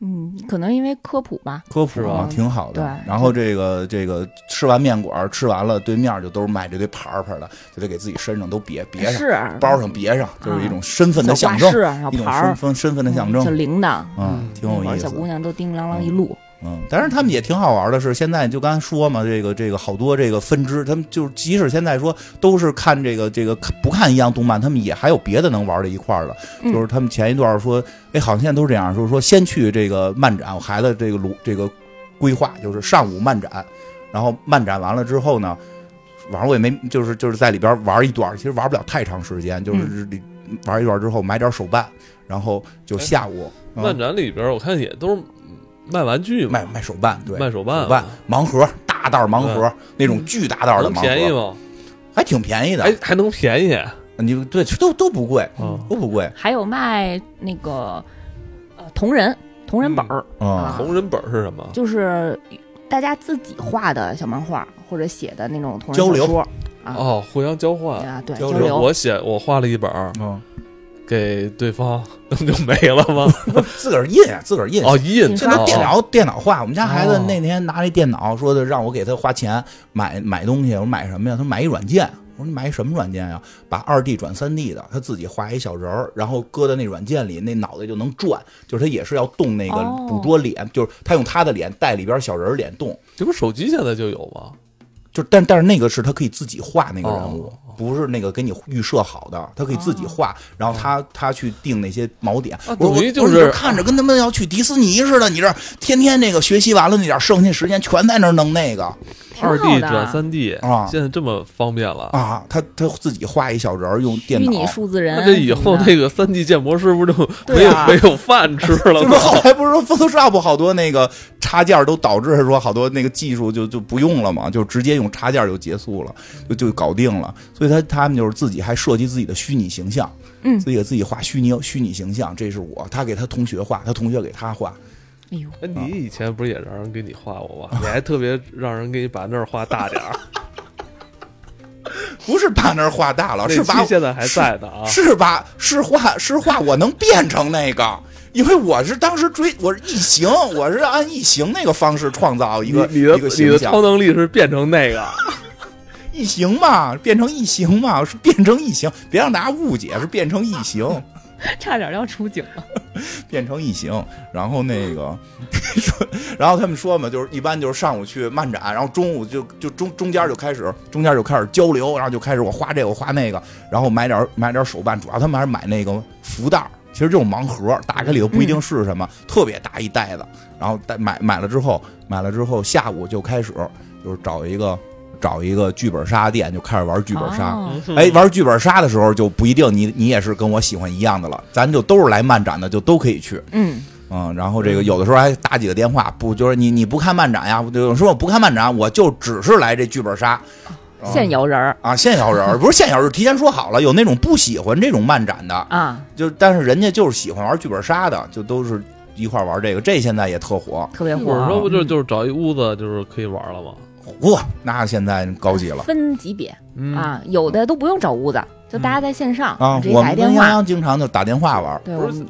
S3: 嗯，可能因为科普吧，
S2: 科
S1: 是
S2: 普嘛
S1: 吧，
S2: 挺好的。
S3: 对
S2: 然后这个这个吃完面馆儿吃完了，对面儿就都是卖这堆牌儿牌儿的，就得给自己身上都别别上，
S3: 哎是啊
S2: 包上别上，就是一种身份的
S3: 小
S2: 象
S3: 挂
S2: 征，
S3: 饰，然后
S2: 一种
S3: 啊牌
S2: 身
S3: 儿，
S2: 份身份的象
S3: 小
S2: 征。
S3: 铃铛。
S2: 嗯，挺
S3: 那
S2: 有
S3: 会儿
S2: 意
S3: 小
S2: 思。
S3: 姑娘都叮铃啷啷一路，
S2: 嗯，但是他们也挺好玩的是，现在就刚才说嘛，这个这个好多这个分支，他们就是即使现在说都是看这个这个不看一样动漫，他们也还有别的能玩到一块儿的。
S3: 嗯
S2: 就是他们前一段说，哎，好像现在都是这样说，说先去这个漫展，我孩子这个鲁这个规划就是上午漫展，然后漫展完了之后呢，晚上我也没就是就是在里边玩一段，其实玩不了太长时间，就是里玩一段之后买点手办，然后就下午、嗯
S1: 漫展里边我看也都是卖玩具嘛
S2: 卖，卖手办，对，
S1: 卖手办啊
S2: 手办
S1: 嘛，
S2: 盲盒，大袋儿盲盒，那种巨大袋儿的
S1: 嗯能
S2: 盲盒，
S1: 便宜吗？哎
S2: 还挺便宜的。
S1: 还还能便宜
S2: 你对，都都不贵，
S1: 啊？
S2: 都不贵。
S3: 还有卖那个呃同人同人本儿，
S2: 嗯
S3: 啊
S1: 同人本是什么？
S3: 就是大家自己画的小漫画或者写的那种同人
S2: 交流
S3: 小说啊，
S1: 哦，互相交换。
S3: 啊对
S2: 交
S3: 交
S2: 流
S1: 我
S3: 流，
S1: 我写我画了一本儿
S2: 嗯，
S1: 给对方， [laughs] 就没了
S2: [laughs]
S1: 吗？
S2: 自个儿印，啊自个儿印。
S1: 哦，印
S2: 现在
S1: 哦
S2: 电脑电脑画，我们家孩子
S1: 哦
S2: 那天拿那电脑说的，让我给他花钱买买东西。我说买什么呀？他说买一软件。我说你买什么软件呀？把二 D 转三 D 的，他自己画一小人儿，然后搁在那软件里，那脑袋就能转。就是他也是要动那个
S3: 哦
S2: 捕捉脸，就是他用他的脸带里边小人儿脸动。
S1: 这不是手机现在就有吗？
S2: 就但但是那个是他可以自己画那个人物，
S1: 哦
S2: 不是那个给你预设好的，他可以自
S3: 哦
S2: 己画，然后他他去定那些锚点。
S1: 哦啊
S2: 我
S1: 等于
S2: 我
S1: 就
S2: 我
S1: 是
S2: 说你看着跟他们要去迪士尼似的，你这天天那个学习完了那点儿剩下时间全在那儿弄那个
S3: 挺
S1: 二 D
S3: 好
S1: 转
S3: 的，
S1: 三 D
S2: 啊
S1: 现在这么方便了。
S2: 啊，他他自己画一小人儿，用电
S3: 虚
S2: 脑。
S3: 拟数字人
S1: 那
S3: 啊什么的。
S1: 这以后那个三 D 建模是不是就没
S2: 对
S1: 有
S2: 啊
S1: 没有饭吃 [laughs] 了
S2: 就 [laughs]
S1: 都？
S2: 是后来不是说 Photoshop 好多那个插件儿都导致说好多那个技术就就不用了嘛，就直接用插件儿就结束了，就就搞定了。所以他他们就是自己还设计自己的虚拟形象，
S3: 嗯
S2: 自己给自己画虚拟虚拟形象，这是我，他给他同学画，他同学给他画，
S3: 哎呦，
S1: 哎，你以前不是也让人给你画过
S2: 啊
S1: 吗？你还特别让人给你把那儿画大点
S2: [laughs]
S1: 儿，
S2: 不是把那儿画大了，
S1: 那
S2: 啊是把
S1: 期现在还在呢啊。
S2: 是吧？是画是画，我能变成那个，因为我是当时追我是异形，我是按异形那个方式创造一
S1: 你
S2: 个
S1: 你
S2: 一个
S1: 的你
S2: 形
S1: 的
S2: 象
S1: 超。能力是变成那个，
S2: 异形嘛，变成异形嘛， [laughs] 是变成异形，别让大家误解，是变成异形， [laughs]
S3: 差点要出警了。
S2: 变成异形。然后那个 [laughs] 说，然后他们说嘛，就是一般就是上午去漫展，然后中午就就中中间就开始中间就开始交流，然后就开始我画这个我画那个，然后买点买点手办，主要他们还是买那个福袋儿。其实就是盲盒，打开里头不一定是什么，特别大一袋子。然后带买买了之后，买了之后下午就开始就是找一个找一个剧本杀店，就开始玩剧本杀。
S3: 哦
S2: 哎，玩剧本杀的时候就不一定你你也是跟我喜欢一样的了，咱就都是来漫展的，就都可以去，
S3: 嗯，
S2: 嗯，然后这个有的时候还打几个电话，不就是你你不看漫展呀？有人说我不看漫展，我就只是来这剧本杀
S3: 嗯
S2: 嗯
S3: 现摇人儿
S2: 啊，现小人儿不是现小人儿，提前说好了，有那种不喜欢这种漫展的，
S3: 啊，
S2: 就但是人家就是喜欢玩剧本杀的，就都是一块儿玩这个，这现在也特火，
S3: 特别火
S1: 我
S3: 啊。
S1: 说不就就是找一屋子就是可以玩了吗？
S2: 嚯，那现在高级了。
S3: 分级别
S1: 嗯，
S3: 啊，有的都不用找屋子，就大家在线上
S2: 啊，
S3: 直接
S2: 我
S3: 打
S2: 们
S3: 一电
S2: 跟洋
S3: 话。
S2: 洋经常就打电话玩，
S3: 对，我
S1: 不是 [laughs]
S3: 们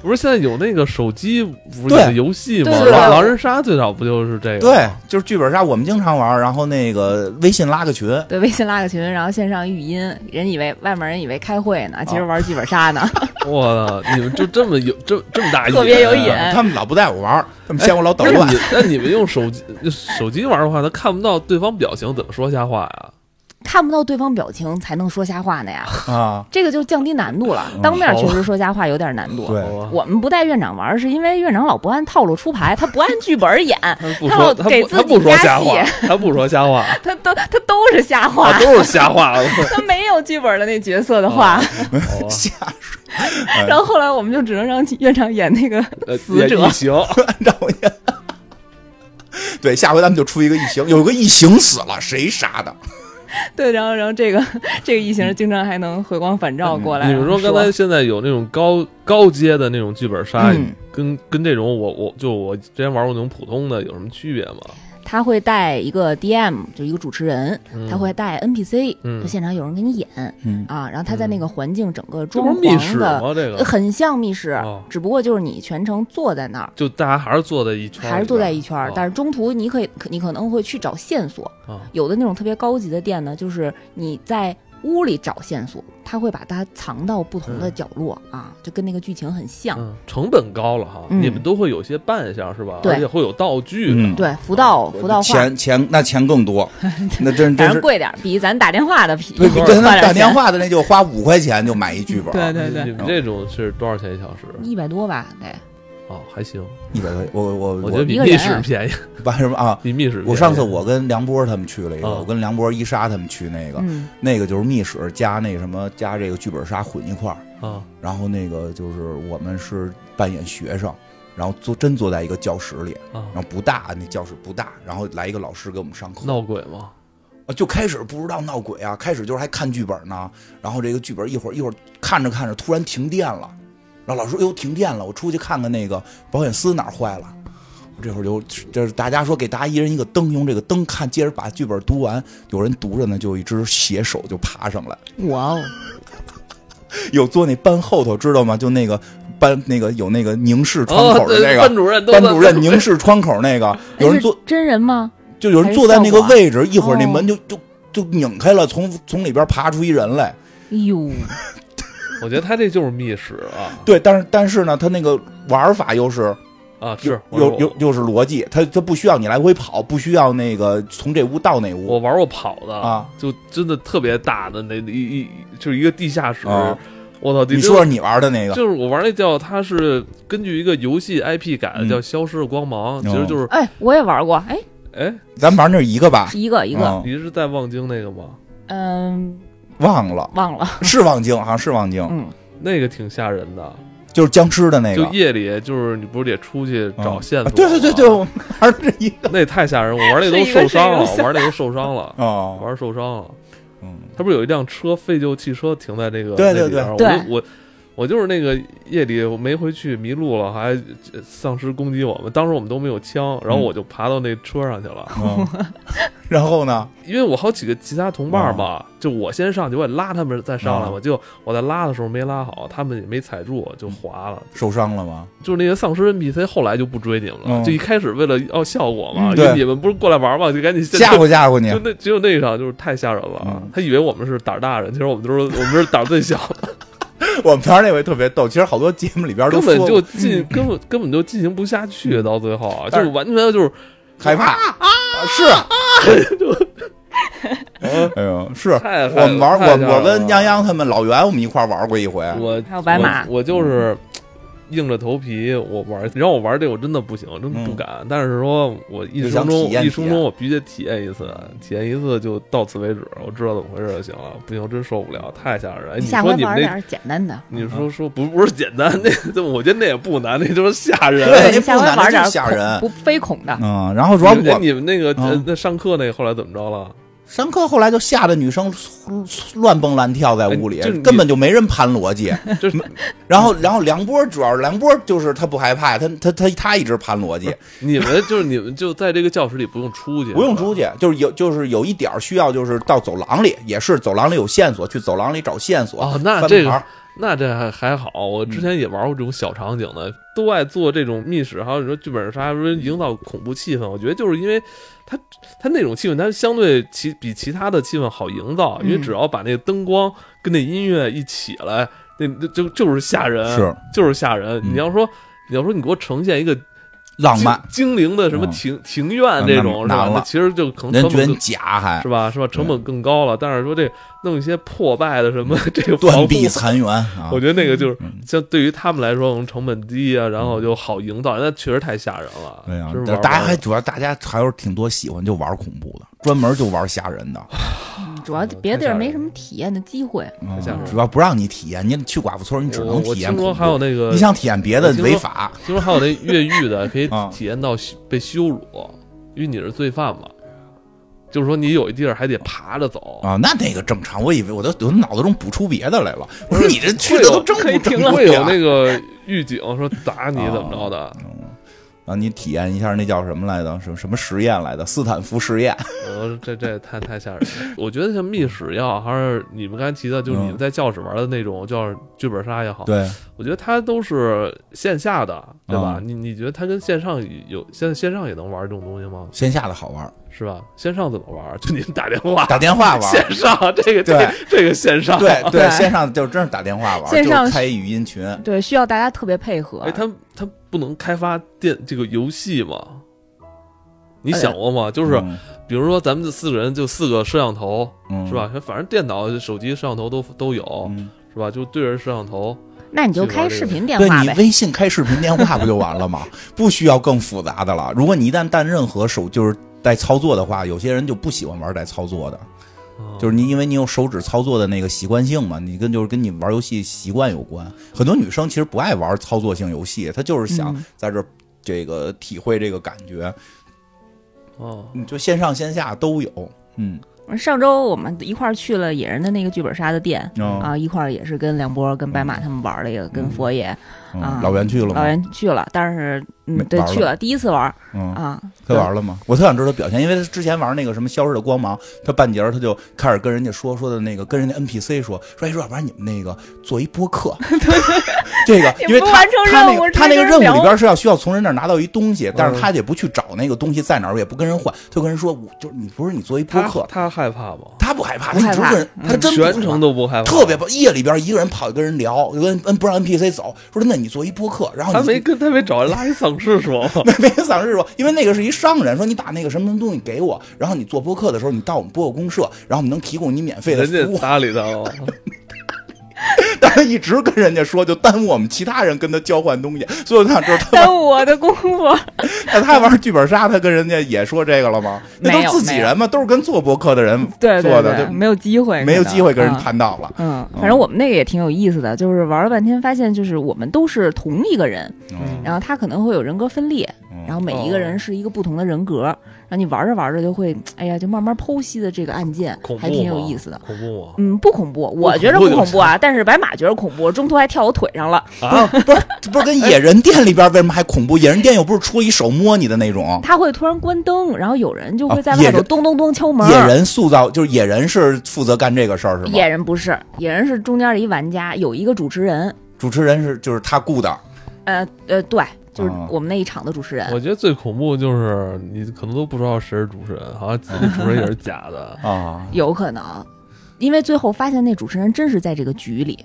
S1: 不是现在有那个手机不是
S2: 对
S1: 有游戏吗？
S3: 对
S2: 对
S1: 狼狼人杀最早不就是这个？
S2: 对，，就是剧本杀，我们经常玩，然后那个微信拉个群，
S3: 对微信拉个群，然后线上语音，人以为外面人以为开会呢，其
S1: 哦
S3: 实玩剧本
S1: [laughs]
S3: 杀呢。
S1: 我操，你们就这么有这这么大瘾，
S3: 特别有瘾
S2: 呃他们老不带我玩，哎他们嫌我老捣
S1: 那
S2: 乱
S1: 你。那你们用手机手机玩的话，他看不到对方表情，怎么说瞎话呀？
S3: 看不到对方表情才能说瞎话呢呀，
S2: [laughs] 啊，
S3: 这个就降低难度了。当面
S1: 嗯好吧啊
S3: 确实说瞎话有点难度。
S2: 对
S1: 好吧
S3: 我们不带院长玩，是因为院长老不按套路出牌，他不按剧本演， [laughs]
S1: 他不
S3: 他
S1: 说，
S3: 要
S1: 他
S3: 给
S1: 不
S3: 自
S1: 他
S3: 己
S1: 不说
S3: 加
S1: 瞎话
S3: 戏，
S1: 他不说瞎
S3: [laughs]
S1: 话，
S3: 他都他都是瞎话，
S1: 啊，都是瞎话。啊
S3: 他没有剧本的那角色 [laughs] 的 [laughs]
S1: 哦
S3: 话。
S1: 好吧
S2: 瞎说。
S3: 然后后来我们就只能让院长演那个
S1: 呃
S3: 死
S1: 也
S3: 者
S1: 异，形，
S2: 按照我演。对，下回咱们就出一个异形，有个异形死了，谁杀的？
S3: 对，然后然后这个这个异形经常还能回光返照过
S1: 嗯
S3: 来。
S1: 你
S3: 然
S1: 们
S3: 后
S1: 说刚才现在有那种高高阶的那种剧本杀，
S3: 嗯
S1: 跟跟这种我我就我之前玩过那种普通的有什么区别吗？
S3: 他会带一个 DM，就一个主持人，
S1: 嗯
S3: 他会带 NPC，、
S1: 嗯
S3: 就现场有人给你演、
S2: 嗯
S3: 啊，然后他在那个环境整个
S1: 嗯这
S3: 装
S1: 不是密室
S3: 潢的，
S1: 吗？这
S3: 呃
S1: 个
S3: 很像密室、
S1: 哦
S3: 只不过就是你全程坐在那儿。
S1: 就大家还是坐在一圈儿里边儿，
S3: 还是坐在一圈儿、
S1: 哦
S3: 但是中途你可以，可你可能会去找线索、
S1: 哦
S3: 有的那种特别高级的店呢，就是你在屋里找线索，他会把它藏到不同的
S1: 嗯
S3: 角落、啊，就跟那个剧情很像。
S1: 嗯，成本高了哈，
S3: 嗯
S1: 你们都会有些扮相是吧？
S3: 对
S1: 而且会有道具的。
S2: 嗯
S3: 对，福
S1: 哦
S3: 到福到画，
S2: 钱钱那钱更
S3: [laughs]
S2: 多，那真
S3: 反
S2: 真是
S3: 正贵点儿，比咱打电话的比
S2: 对，
S3: 花
S2: 跟他
S3: 点
S2: 打电
S3: 钱
S2: 话的那就花五块钱就买一剧本，
S3: 对对
S1: 你
S3: 对，
S1: 们这种是多少钱一小时？
S3: 一百多吧，得。
S1: 哦，还行，
S2: 一百块。我我
S1: 我觉得
S2: 我
S1: 比
S3: 一个
S1: 密
S3: 人
S1: 室便宜，
S2: 把什么啊？
S1: 比密室便宜。
S2: 我上次我跟梁波他们去了一个，
S1: 嗯
S2: 我跟梁波、伊莎他们去那个，
S3: 嗯，
S2: 那个就是密室加那什么加这个剧本杀混一块儿，
S1: 啊，
S2: 然后那个就是我们是扮演学生，然后坐真坐在一个教室里，
S1: 啊
S2: 然后不大，那教室不大，然后来一个老师给我们上课，
S1: 闹鬼
S2: [laughs]
S1: 吗？
S2: 啊就开始不知道闹鬼啊，开始就是还看剧本呢，然后这个剧本一会儿一会儿看着看着突然停电了，然后老师说哟停电了，我出去看看那个保险丝哪儿坏了。我这会儿就就是大家说给大家一人一个灯，用这个灯看，接着把剧本读完。有人读着呢，就有一只血手就爬上来，
S3: 哇哦，
S2: 有坐那班后头知道吗？就那个班那个有那个凝视窗
S1: 哦，
S2: 口的
S1: 对，
S2: 那个、
S1: 班主任都在，
S2: 班主任凝视窗口那
S3: [laughs]
S2: 个，有人坐
S3: 哎是真人吗？
S2: 就有人坐在那个位置，一会儿那
S3: 哦
S2: 门就就就拧开了，从从里边爬出一人来。
S3: 哎呦，
S1: 我觉得他这就是密室啊。
S2: 对，但是但是呢，他那个玩法又是
S1: 啊，是我
S2: 又又又是逻辑，它它不需要你来回跑，不需要那个从这屋到那屋
S1: 我玩过跑的
S2: 啊，
S1: 就真的特别大的那一一就是一个地下室
S2: 啊，
S1: 我操！
S2: 你
S1: 就
S2: 说说你玩的那个
S1: 就是我玩那叫它是根据一个游戏 IP 改的，
S2: 嗯哦
S1: 叫《消失的光芒》，其实就是
S3: 哎，我也玩过，哎，
S1: 哎，
S2: 咱玩那是一个吧？
S3: 一个一个，
S2: 嗯
S1: 你是在望京那个吗？
S3: 嗯，
S2: 忘了
S3: 忘了，
S2: 是望京，好像是望京，
S3: 嗯，
S1: 那个挺吓人的，
S2: 就是僵尸的那个
S1: 就。夜里就是你不是得出去
S2: 嗯
S1: 找线索
S2: 啊
S1: 吗？
S2: 对对对
S1: 哦
S2: 对，我玩的是一个
S1: 那太吓人，我玩那都受伤了，玩那都受伤了，
S2: 哦，
S1: 玩受伤了。
S2: 嗯
S1: 他不是有一辆车废旧汽车停在那个
S2: 对对
S1: 那里边儿
S3: 对
S1: 我就我我就是那个夜里我没回去迷路了，还呃丧尸攻击我们，当时我们都没有枪，然后
S2: 嗯
S1: 我就爬到那车上去了，
S2: 嗯 [laughs] 然后呢？
S1: 因为我好几个其他同伴
S2: 嗯
S1: 嘛，就我先上去，我也拉他们再上来嘛，就我在拉的时候没拉好，他们也没踩住，就滑了。
S2: 受伤了吗？
S1: 就是那个丧尸 NPC 后来就不追你们了，
S2: 嗯
S1: 就一开始为了要效果嘛，
S3: 嗯
S1: 因为
S2: 对
S1: 你们不是过来玩嘛，就赶紧先
S2: 吓唬吓唬你
S1: 就那只有那一场就是太吓人了，
S2: 嗯
S1: 他以为我们是胆儿大人，其实我们都是 [laughs] 我们是胆儿最小的，
S2: 我们当时那回特别逗，其实好多节目里边 [laughs] 都
S1: 根
S2: 说
S1: 本
S2: 过
S1: 就
S2: [laughs]
S1: 进根本根本就进行不下去，到最后啊，
S2: 但
S1: 就是完全就是
S2: 害怕啊是。
S1: [laughs]
S2: [laughs] 哎呦，是
S1: 太害
S2: 我们玩
S1: 太
S2: 我
S1: 吓
S2: 我
S1: 人
S2: 跟
S1: 了
S2: 杨洋他们老袁我们一块儿玩过一回，
S1: 我
S3: 还有白马
S1: 嗯我，我哎
S2: 嗯
S1: 就是硬着头皮我玩，你让我玩这个我真的不行，真不
S2: 嗯
S1: 敢。但是说我一
S2: 就
S1: 生
S2: 想
S1: 中
S2: 体验嗯
S1: 一
S2: 体
S1: 生
S2: 验
S1: 中我必须得体验一次，体验一次就到此为止，我知道怎么回事就行了。不行，真受不了，太吓人了。哎你
S3: 下
S1: 说
S3: 回
S1: 你们
S3: 玩
S1: 那
S3: 点简单的，
S1: 你说说不不是简单，那 [laughs] 这我觉得那也不难，那 [laughs] 就是吓人。
S2: 对那
S3: 你下
S2: 不
S3: 回
S2: 难
S3: 玩
S2: 那
S3: 点
S2: 就吓
S3: 恐
S2: 人
S3: 不非恐的，
S2: 嗯，然后主要
S1: 你们哎
S2: 我
S1: 你们那个呃
S2: 嗯
S1: 那上课那个后来怎么着了？
S2: 上课后来就吓得女生乱蹦乱跳在屋里
S1: 哎就你，
S2: 根本就没人盘逻辑。
S1: 就是
S2: 然后然后梁波主要是梁波就是他不害怕，他他他他一直盘逻辑，
S1: 你们就是你们就在这个教室里不用出去，
S2: 不用出去，就是有就是有一点儿需要就是到走廊里，也是走廊里有线索，去走廊里找线索。
S1: 哦那
S2: 翻
S1: 这个
S2: 牌儿
S1: 那这还还好，我之前也玩过这种小场景的，都爱做这种密室，还有你说剧本杀，说营造恐怖气氛。我觉得就是因为它它那种气氛，它相对其比其他的气氛好营造，因为
S3: 嗯
S1: 只要把那灯光跟那音乐一起来，那那就就是吓人，
S2: 是
S1: 就是吓人。
S2: 嗯
S1: 你要说你要说你给我呈现一个
S2: 浪
S1: 精
S2: 漫，嗯
S1: 精灵的什么庭、庭院这种是
S2: 那
S1: 吧
S2: 难？了
S1: 那其实就可能
S2: 人
S1: 成
S2: 觉得
S1: 本
S2: 你
S1: 更
S2: 假还
S1: 是吧？是吧？成本更高了。但是说这弄一些破败的什么这个
S2: 嗯断
S1: 房屋
S2: 壁残垣啊
S1: 我！觉得那个就是
S2: 嗯
S1: 像对于他们来说，可能成本低啊，然后就好营造，那确实太吓人了。
S2: 对哎呀
S1: 真，是
S2: 但
S1: 玩不
S2: 是大家还
S1: 完
S2: 主要大家还有挺多喜欢就玩恐怖的，专门就玩吓人的，
S3: 嗯主要别的地儿没什么体验的机会。
S2: 嗯
S1: 吓人
S2: 主要不让你体验。你去寡妇村，你只
S1: 我
S2: 能
S1: 我
S2: 体验
S1: 听
S2: 恐
S1: 说
S2: 怖。
S1: 还有那个
S2: 你，想体验别的
S1: 我听说
S2: 违法，
S1: 听说还有那越狱
S2: [laughs]
S1: 的，可以
S2: 啊
S1: 体验到羞被羞辱，因为你是罪犯嘛。就是说你有一地儿还得爬着走，
S2: 啊，那那个正常。我以为我都我脑子中补出别的来了。我说你这去的
S1: 会有
S2: 都正
S3: 可以
S2: 不正
S3: 停了
S1: 会
S2: 规
S1: 有
S2: 啊
S1: 那个狱警说打你怎么着的，
S2: 啊，你体验一下那叫什么来着？什么什么实验来的？斯坦福实验。
S1: 我说这这太太吓人了。我觉得像密室也好，还是你们刚才提到，就是你们
S2: 嗯
S1: 在教室玩的那种叫剧本杀也好，
S2: [laughs] 对，
S1: 我觉得它都是线下的，对
S2: 啊
S1: 吧？你你觉得它跟线上有现在线上也能玩这种东西吗？
S2: 线下的好玩，
S1: 是吧？线上怎么玩？就你们打电话，
S2: 打电话玩。
S1: 线上这个这个这个线上，
S2: 对对，
S3: 对
S2: 线上就真是打电话玩，
S3: 线上
S2: 就是开语音群。
S3: 对，需要大家特别配合
S1: 哎，。它它不能开发电这个游戏吗？你想过吗？就是
S2: 哎嗯
S1: 比如说咱们这四个人就四个摄像头，
S2: 嗯
S1: 是吧？反正电脑、手机摄像头都都有，
S2: 嗯
S1: 是吧？就对着摄像头，
S3: 那你就开视频电
S2: 对
S3: 话
S2: 你
S3: 呗。
S2: 微信开视频电话不就完了吗？ [laughs] 不需要更复杂的了。如果你一旦带任何手就是带操作的话，有些人就不喜欢玩带操作的，
S1: 嗯
S2: 就是你因为你有手指操作的那个习惯性嘛，你跟就是跟你玩游戏习惯有关。很多女生其实不爱玩操作性游戏，她就是想
S3: 嗯
S2: 在这儿这个体会这个感觉。
S1: 哦，
S2: 你就线上线下都有，嗯，
S3: 上周我们一块儿去了野人的那个剧本杀的店
S2: 嗯
S3: 啊，一块儿也是跟梁波、跟白马他们玩了一个，跟佛爷、
S2: 嗯
S3: 啊
S2: 老袁去了
S3: 老
S2: 吗？
S3: 袁去了，但是
S2: 没
S3: 嗯，对，
S2: 玩了
S3: 去了第一次玩
S2: 嗯，
S3: 啊，
S2: 他玩了吗？我特想知道他表现，因为他之前玩那个什么《消失的光芒》，他半截儿他就开始跟人家说说的那个，跟人家 NPC 说说，哎，说要不然你们那个做一播
S3: [laughs]
S2: 客，这个，因为
S3: 你不
S2: 他
S3: 完成
S2: 他那
S3: 任务
S2: 个
S3: 直接
S2: 他那个任
S3: 聊
S2: 务里边是要需要从人那儿拿到一东西，但是他也不去找那个东西在哪儿，也不跟人换，就跟人说，我就是你不是你做一播
S1: 他
S2: 客，
S1: 他害怕吗？
S2: 他不害怕，
S3: 不
S2: 他一
S3: 害
S2: 直
S3: 怕
S2: 跟人，
S3: 嗯
S2: 他真不害
S1: 全
S2: 怕
S1: 程都不害怕，
S2: 特别棒夜里边一个人跑去跟人聊，就跟不让 NPC 哦走，说那你做一播客，然后
S1: 他
S2: 你
S1: 没跟他没找人拉一丧赏识说吗？
S2: [laughs] 没有丧尸说，因为那个是一商人说你把那个什么东西给我，然后你做播客的时候你到我们播客公社，然后我们能提供你免费的
S1: 人
S2: 服啊务 [laughs]
S1: 家。搭理他哦了，
S2: 但是一直跟人家说，就耽误我们其他人跟他交换东西，所以我想知道 [laughs] 他
S3: 耽误我的功夫。
S2: 那他玩剧本杀，他跟人家也说这个了吗？那
S3: 没
S2: 都
S3: 有
S2: 自己人嘛，都是跟做播客的人
S3: [laughs] 对
S2: 做
S3: 对
S2: 的，
S3: 对，
S2: 就
S3: 没有机会，
S2: 没有机会跟人
S3: 嗯
S2: 谈到了。
S3: 嗯，反正我们那个也挺有意思的，就是玩了半天，发现就是我们都是同一个人，
S1: 嗯
S3: 然后他可能会有人格分裂，
S2: 嗯
S3: 然后每一个人是一个不同的人格，然后你玩着玩着就会，哎呀，就慢慢剖析的这个案件
S1: 恐，怖
S3: 还挺有
S1: 吗
S3: 意思的。
S1: 恐怖啊吗？
S3: 嗯，不恐怖，我觉得
S1: 恐
S3: 不
S1: 怖就
S3: 恐怖啊，但是白马觉得恐怖，啊中途还跳我腿上了。
S1: 啊，
S2: 不是，这不是跟野人店里边为什么还恐怖？野人店又不是出一手摸你的那种。
S3: 他会突然关灯，然后有人就会
S2: 哦
S3: 在
S2: 野
S3: 外头
S2: 人
S3: 咚咚咚敲门。
S2: 野人塑造就是野人是负责干这个事儿是吗？
S3: 野人不是，野人是中间的一玩家，有一个主持人，
S2: 主持人是就是他雇的，
S3: 呃呃，对，就是
S2: 哦。
S3: 我们那一场的主持人。
S1: 我觉得最恐怖就是你可能都不知道谁是主持人，好像自己主持人也是假的
S2: [laughs] 啊，
S3: 有可能，因为最后发现那主持人真是在这个局里，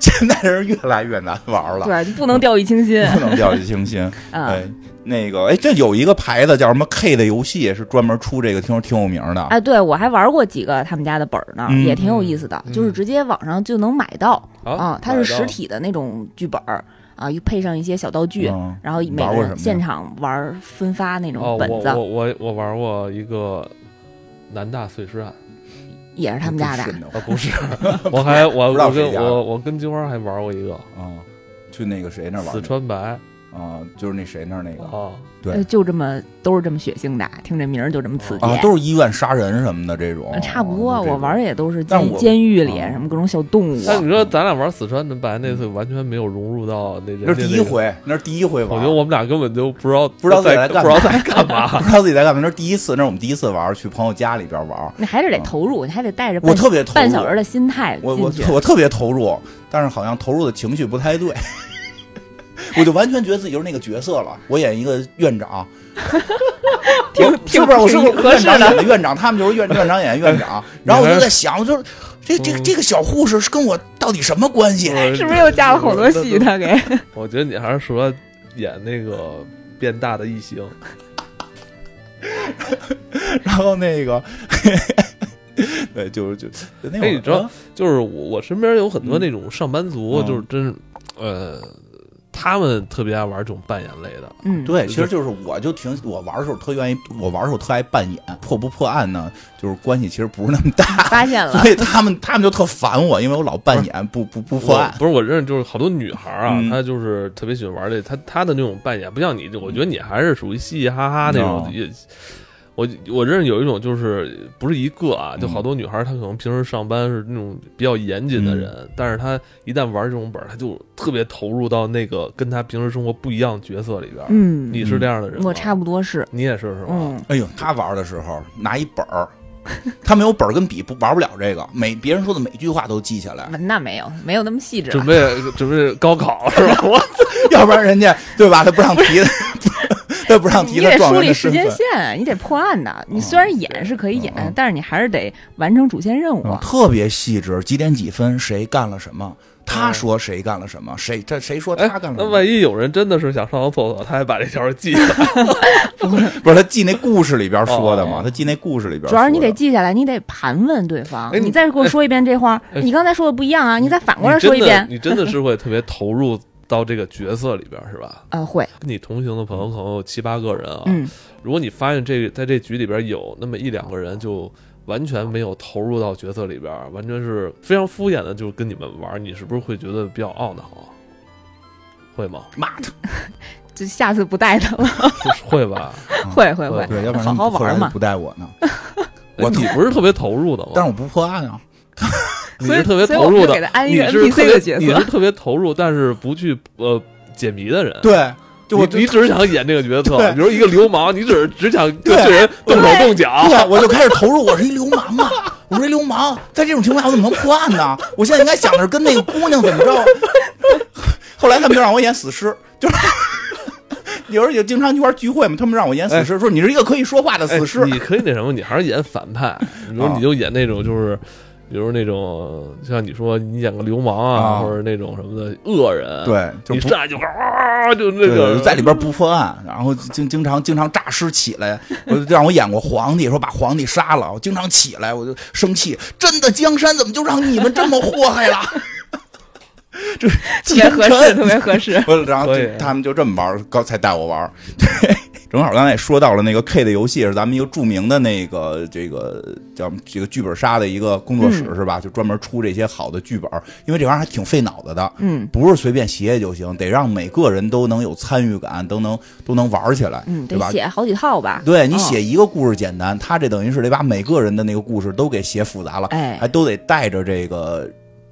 S2: 现在人越来越难玩了，
S3: 对，就不能掉以轻心
S2: 不能掉以轻心。
S3: [laughs] 啊
S2: 哎，那个哎，这有一个牌子叫什么 K 的游戏，是专门出这个，听说挺有名的。
S3: 哎，对我还玩过几个他们家的本儿呢，
S2: 嗯
S3: 也挺有意思的，
S1: 嗯
S3: 就是直接网上就能买到
S2: 哦
S3: 啊，它是
S1: 买到
S3: 实体的那种剧本儿啊，又配上一些小道具，
S2: 嗯
S3: 然后每
S2: 玩
S3: 个
S2: 过什么呀
S3: 人现场玩儿分发那
S1: 哦
S3: 种，本子，
S1: 我我我我玩过一个南大碎尸案，
S3: 也是他们家的
S2: 真。的
S1: 啊，不
S2: [laughs]
S1: 是，我还我
S2: 不知道
S1: 我
S2: 谁
S1: 跟
S2: 家的
S1: 我我跟金花还玩过一个
S2: 啊，去那个谁那儿玩
S1: 死
S2: 的
S1: 川白
S2: 啊，就是那谁那儿那个
S1: 啊，
S2: 对
S3: 呃就这么都是这么血腥的，听这名儿就这么刺激，
S2: 啊，都是医院杀人什么的这种
S3: 呃。差不多。
S2: 啊就这
S3: 我
S2: 种
S3: 玩儿也都是
S2: 但
S3: 监
S2: 我
S3: 监狱里
S2: 啊
S3: 什么各种小动物，
S1: 但你说咱俩玩死川白那次完全没有融入到那人
S2: 那
S1: 家
S2: 是第
S1: 那
S2: 一
S1: 个，
S2: 回，那是第一回
S1: 我
S2: 玩。
S1: 觉得我们俩根本就不知道不
S2: 知道自己
S1: 在
S2: 在干
S1: 不知道
S2: 嘛
S1: 在干嘛
S2: 不。知道自己在干嘛，那是第一次，那是我们第一次玩，去朋友家里边玩。
S3: 你还是得投入，你还得带着
S2: 我
S3: 半
S2: 特别投入
S3: 半小时的心态
S2: 我我
S3: 进去。
S2: 我特别投入，但是好像投入的情绪不太对， [laughs] 我就完全觉得自己就是那个角色了。我演一个院长，
S3: 挺
S2: 我
S3: 挺
S2: 是不是？我是不
S3: 挺
S2: 是
S3: 合
S2: 院
S3: 适
S2: 长
S3: 的
S2: 演的院长？他们就是院院长演的院长。然后我就在想，我就是这这
S1: 嗯
S2: 这个小护士是跟我到底什么关系？
S3: [laughs] 是不是又加了好多戏？他给
S1: [laughs] 我觉得你还是适合演那个变大的异形，
S2: 然后那个， [laughs] 对，就是就就那会
S1: 哎
S2: 儿
S1: 你知道就是我我身边有很多
S2: 嗯
S1: 那种上班族，
S2: 嗯
S1: 就是真是呃，他们特别爱玩这种扮演类的。
S3: 嗯，
S2: 对，其实就是我就挺我玩的时候特愿意，我玩的时候特爱扮演，破不破案呢，就是关系其实不是那么大，
S3: 发现了
S2: 所以他们他们就特烦我，因为我老扮
S3: [laughs]
S2: 演不不不破
S1: 我
S2: 案。
S1: 不是我认识，就是好多女孩儿啊，
S2: 嗯
S1: 她就是特别喜欢玩这，她她的那种扮演不像你，我觉得你还是属于嘻嘻哈哈那种
S2: 哦。
S1: 也，我我认识有一种就是不是一个啊，就
S2: 嗯
S1: 好多女孩儿她可能平时上班是那种比较严谨
S2: 嗯
S1: 的人，但是她一旦玩这种本儿，她就特别投入到那个跟她平时生活不一样角色里边儿。
S3: 嗯，
S1: 你是这样的人吗，
S3: 我差不多是，
S1: 你也是是吗？
S3: 嗯，
S2: 哎呦，他玩的时候拿一本儿，他没有本儿跟笔，不玩不了这个，每别人说的每句话都记下
S3: [laughs]
S2: 来，
S3: 那没有没有那么细致
S1: 准
S3: 了，
S1: 备准备高考是
S2: [laughs]
S1: 吧？我
S2: 要不然人家对吧？他不让提，
S3: [laughs]
S2: 他不让
S3: 你
S2: 提他
S3: 得
S2: 撞
S3: 梳
S2: 人
S3: 理
S2: 的
S3: 时
S2: 身
S3: 间
S2: 份。
S3: 线，啊你得破案的。你
S2: 嗯
S3: 虽然演是可以演
S2: 嗯嗯，
S3: 但是你还是得完成主线任务啊
S2: 嗯，。特别细致，几点几分谁干了什么，他说谁干了什么，谁这谁说
S1: 哎
S2: 他干，了
S1: 那
S2: 什么，
S1: 万一有人真的是想上个厕所，他还把这条记下来，
S2: 不是他记那故事里边说的嘛？
S1: 哦
S2: 他记那故事里边说的，
S3: 主要是你得记下来，你得盘问对方
S1: 哎。你
S3: 你再给我说一遍这话，
S1: 哎
S3: 你刚才说的不一样啊，你再反过来
S1: 你真
S3: 说一
S1: 的
S3: 遍。
S1: 你真的是会特别投入到这个角色里边儿，是吧？
S3: 呃，会，
S1: 跟你同行的朋友可能有七八个人啊，
S3: 嗯，
S1: 如果你发现这个在这局里边有那么一两个人就。完全没有投入到角色里边儿，完全是非常敷衍的，就跟你们玩儿，你是不是会觉得比较懊恼啊？会
S3: [laughs]
S1: 吗？
S2: 骂他，
S3: 就下次不带他了。
S1: 会吧？
S3: 会会会，
S2: 啊对，要不然
S3: 好好
S2: 后来
S3: 玩
S2: 就
S3: 嘛。
S2: 不带我呢，我
S1: 哎你不是特别投入的吗？
S2: 但是我不破案啊，
S1: 你
S3: 所以
S1: 是特别
S3: 所以
S1: 投
S3: 我们
S1: 入
S3: 就
S1: 的，
S3: 给他安一
S1: 你
S3: 个
S1: 是
S3: NPC
S1: 特别
S3: 的角
S1: 你
S3: 色
S1: 是特别投入，但是不去呃解谜的人。
S2: 对，就我
S1: 你你只是想演这个角色，
S2: 对
S1: 比如一个流氓，你只是只想
S2: 对
S1: 跟这人动手动脚。
S2: [laughs] 对，啊我就开始投入，我是一流氓嘛，我是一流氓，在这种情况下我怎么能破案呢？我现在应该想的是跟那个姑娘怎么着。 [laughs] 后来他们就让我演死尸，就是。 [laughs] 有时候也经常一块儿聚会嘛，他们让我演死尸，说你是一个可以说话的
S1: 哎
S2: 死尸。
S1: 你可以那什么，你还是演反派，比如
S2: 啊
S1: 你就演那种就是。比如那种像你说你演个流氓啊，
S2: 啊
S1: 或者那种什么的恶人，，
S2: 对，就
S1: 你
S2: 不
S1: 上来就啊，就那
S2: 对
S1: 个
S2: 在里边不破案，然后经经常经常诈尸起来，我就让我演过皇帝，说把皇帝杀了，我经常起来我就生气，真的江山怎么就让你们这么祸害了？ [laughs]
S3: [laughs] 特别合适，特别
S2: [laughs]
S3: 合适。
S2: 不是，然后
S1: 可以
S2: 就他们就这么玩儿，刚才带我玩儿。 [laughs] 对，正好刚才也说到了那个 K 的游戏是咱们一个著名的那个这个叫这个剧本杀的一个工作
S3: 嗯
S2: 室、是吧？就专门出这些好的剧本儿，因为这玩意儿还挺费脑子的，
S3: 嗯
S2: 不是随便写写就行，得让每个人都能有参与感，都能都能玩儿起来，
S3: 嗯，
S2: 对
S3: 得
S2: 吧？
S3: 写好几套吧？
S2: 对你
S3: 嗯
S2: 写一个故事简单，他这等于是得把每个人的那个故事都给写复杂了，
S3: 哎
S2: 还都得带着这个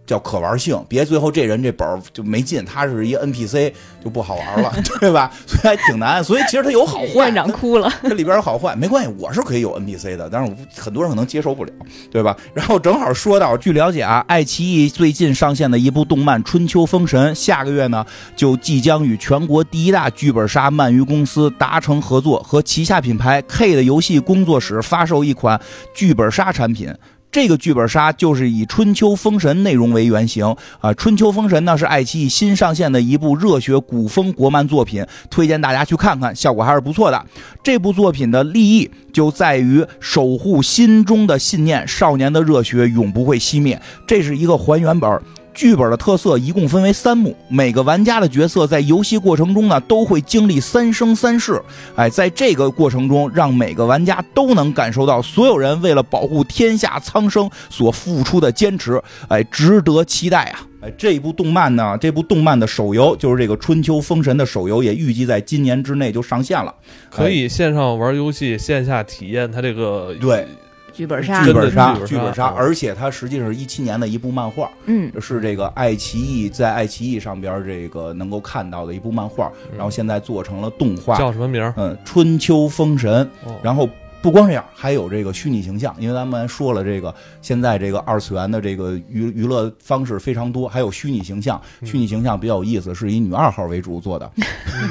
S2: 叫可玩性，别最后这人这本儿就没劲，他是一 NPC 就不好玩了， [laughs] 对吧？所以还挺难，所以其实它有好坏
S3: [laughs] 院，长哭了，
S2: 这里边有好坏没关系，我是可以有 NPC 的，但是我很多人可能接受不了，对吧？然后正好说到，据了解啊，爱奇艺最近上线的一部动漫《春秋封神》，下个月呢就即将与全国第一大剧本杀鳗鱼公司达成合作，和旗下品牌 K 的游戏工作室发售一款剧本杀产品。这个剧本杀就是以《春秋封神》内容为原型啊，《春秋封神呢》是爱奇艺新上线的一部热血古风国漫作品，推荐大家去看看，效果还是不错的。这部作品的立意就在于守护心中的信念，少年的热血永不会熄灭。这是一个还原本儿。剧本的特色一共分为三幕，每个玩家的角色在游戏过程中呢都会经历三生三世。哎，在这个过程中，让每个玩家都能感受到所有人为了保护天下苍生所付出的坚持。哎，值得期待啊！哎，这一部动漫呢，这部动漫的手游就是这个《春秋封神》的手游，也预计在今年之内就上线了。
S1: 可以线上玩游戏，线下体验它这个
S2: 对
S3: 剧本杀
S2: [laughs] 剧，本杀
S1: 真的，是
S2: 剧
S1: 剧本杀嗯
S2: 本杀，而且它实际上是一七年的一部漫画， [laughs]
S3: 嗯，
S2: 是这个爱奇艺在爱奇艺上边这个能够看到的一部漫画，然后现在做成了动画，
S1: 嗯叫什么名儿？
S2: 嗯，《春秋封神》，
S1: 哦
S2: 然后。不光这样，还有这个虚拟形象，因为咱们说了，这个现在这个二次元的这个娱娱乐方式非常多，还有虚拟形象。虚拟形象比较有意思，是以女二号为主做的，
S1: 嗯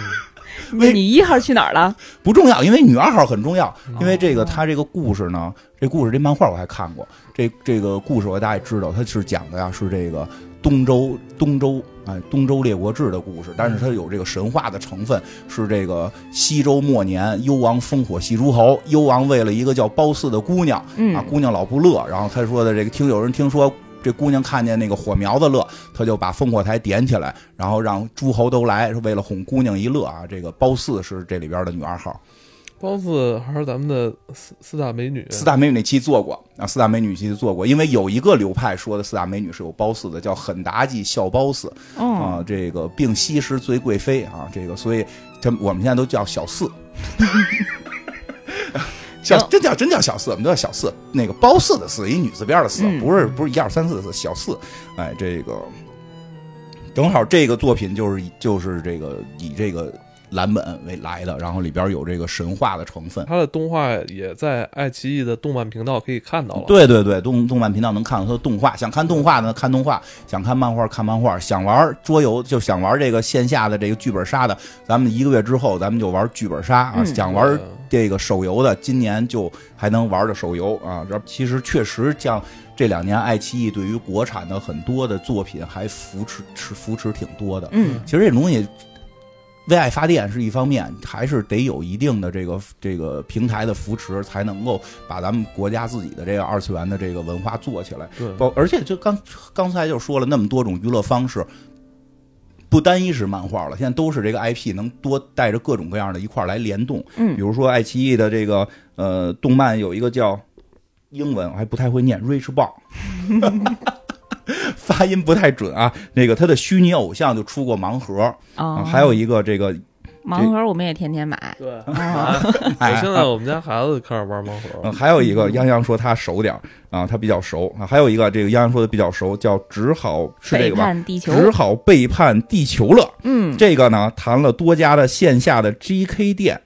S3: 那你一号去哪儿了？
S2: 不重要，因为女二号很重要，因为这个她这个故事呢，这故事这漫画我还看过，这这个故事我大概知道，它是讲的呀是这个东周东周哎东周列国志的故事，但是它有这个神话的成分，是这个西周末年幽王烽火戏诸侯，幽王为了一个叫褒姒的姑娘啊
S3: 嗯，
S2: 姑娘老不乐，然后他说的这个听有人听说。这姑娘看见那个火苗子乐，他就把烽火台点起来，然后让诸侯都来，是为了哄姑娘一乐啊。这个褒姒是这里边的女二号，
S1: 包子还是咱们的四四大美女，
S2: 四大美女那期做过啊，四大美女那期做过，因为有一个流派说的四大美女是有褒姒的，叫很妲己笑褒姒
S3: 哦，
S2: 啊，这个并西施最贵妃啊，这个所以这我们现在都叫小四，小
S3: 行
S2: 真叫真叫小四，我们都叫小四，那个褒姒的四，一女字边的四，
S3: 嗯
S2: 不是不是一二三四的四，小四，哎，这个正好这个作品就是以就是这个以这个蓝本为来的，然后里边有这个神话的成分。
S1: 它的动画也在爱奇艺的动漫频道可以看到了。
S2: 对对对，动动漫频道能看到它的动画，想看动画呢看动画，想看漫画看漫画，想玩桌游就想玩这个线下的这个剧本杀的，咱们一个月之后咱们就玩剧本杀啊，
S3: 嗯
S2: 想玩这个手游的，今年就还能玩的手游啊。然后其实确实像这两年，爱奇艺对于国产的很多的作品还扶持持扶持挺多的，
S3: 嗯，
S2: 其实这种东西，为爱发电是一方面，还是得有一定的这个这个平台的扶持，才能够把咱们国家自己的这个二次元的这个文化做起来。
S1: 对，
S2: 包而且就刚刚才就说了那么多种娱乐方式。不单一是漫画了，现在都是这个 IP 能多带着各种各样的一块儿来联动。
S3: 嗯
S2: 比如说爱奇艺的这个呃动漫有一个叫英文我还不太会念 Rich
S3: [laughs]
S2: Ball，发音不太准啊。那个他的虚拟偶像就出过盲盒，啊
S3: 哦，
S2: 还有一个这个
S3: 盲盒我们也天天买，
S1: 对，我
S3: 啊，
S2: 哎
S1: 现在我们家孩子开始玩盲盒
S2: 嗯，
S1: 了，
S2: 还有一个泱泱说他熟点儿啊，他比较熟啊。还有一个这个泱泱说的比较熟，叫只好是这
S3: 背
S2: 个吧？
S3: 叛地球，
S2: 只好背叛地球了。
S3: 嗯
S2: 这个呢，谈了多家的线下的 GK 店，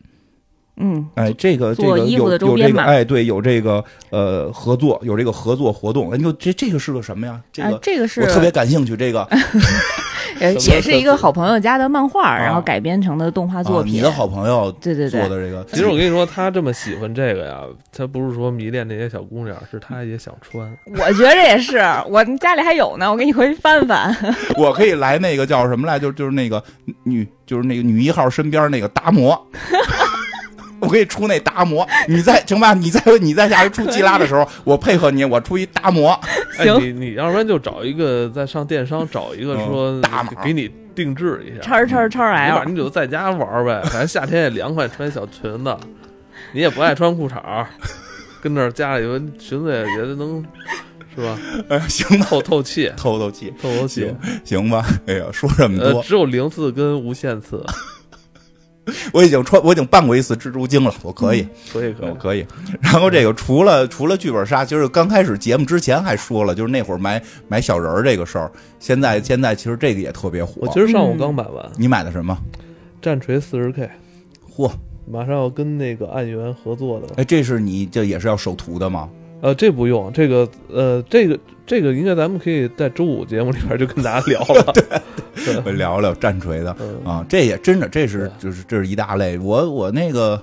S3: 嗯，
S2: 哎，这个这
S3: 做
S2: 个
S3: 衣服
S2: 有
S3: 的周
S2: 有这
S3: 边
S2: 个
S3: 嘛
S2: 哎，对，有这个呃合作，有这个合作活动。哎，你说这这个是个什么呀？这
S3: 啊
S2: 个
S3: 这个是啊
S2: 我特别感兴趣。这个啊
S3: 呃，
S1: 什么
S3: 也是一个好朋友家的漫画，然后改编成的动画作
S2: 啊你
S3: 品。
S2: 的好朋友
S3: 对对
S2: 做
S3: 对
S2: 的这个，
S1: 其实我跟你说，他这么喜欢这个呀，他不是说迷恋这些小姑娘，是他也想穿。
S3: [laughs] 我觉着也是，我家里还有呢，我给你回去翻翻。 [laughs]
S2: 我可以来那个叫什么来，就就是那个女，就是那个女一号身边那个达摩。 [laughs] 我可以出那达摩，你再行吧？你再你再下去出基拉的时候，我配合你，我出一达摩。
S1: 哎，
S3: 行
S1: 你你要不然就找一个在上电商找一个
S2: 嗯
S1: 说
S2: 大码
S1: 给你定制一下，
S3: 叉叉叉
S1: 你把
S3: L，
S1: 你就在家玩儿呗，反正夏天也凉快，穿小裙子，你也不爱穿裤衩儿，跟那儿家里头裙子也也能是吧，
S2: 哎，行吧，
S1: 透透气，
S2: 透透气，
S1: 透透气
S2: 行。行吧。哎呀，说这么
S1: 呃，
S2: 多，
S1: 只有零次跟无限次，
S2: 我已经穿，我已经扮过一次蜘蛛精了，我可
S3: 嗯
S2: 以，
S1: 可以可以
S2: 我。可以。 [laughs] 然后这个除了除了剧本杀，就是刚开始节目之前还说了，就是那会儿买买小人儿这个事儿，现在现在其实这个也特别火。
S1: 我今儿
S3: 嗯
S1: 上午刚买完《
S2: 你买的什么？
S1: 战锤四十 K》，
S2: 嚯，
S1: 马上要跟那个暗源合作的。
S2: 哎，这是你这也是要首图的吗？
S1: 呃，这不用，这个呃，这个这个应该咱们可以在周五节目里边就跟大家聊
S2: [laughs]
S1: 了。
S2: 我聊聊战锤的
S1: 嗯
S2: 啊，这也真的，这是就是这是一大类。我我那个，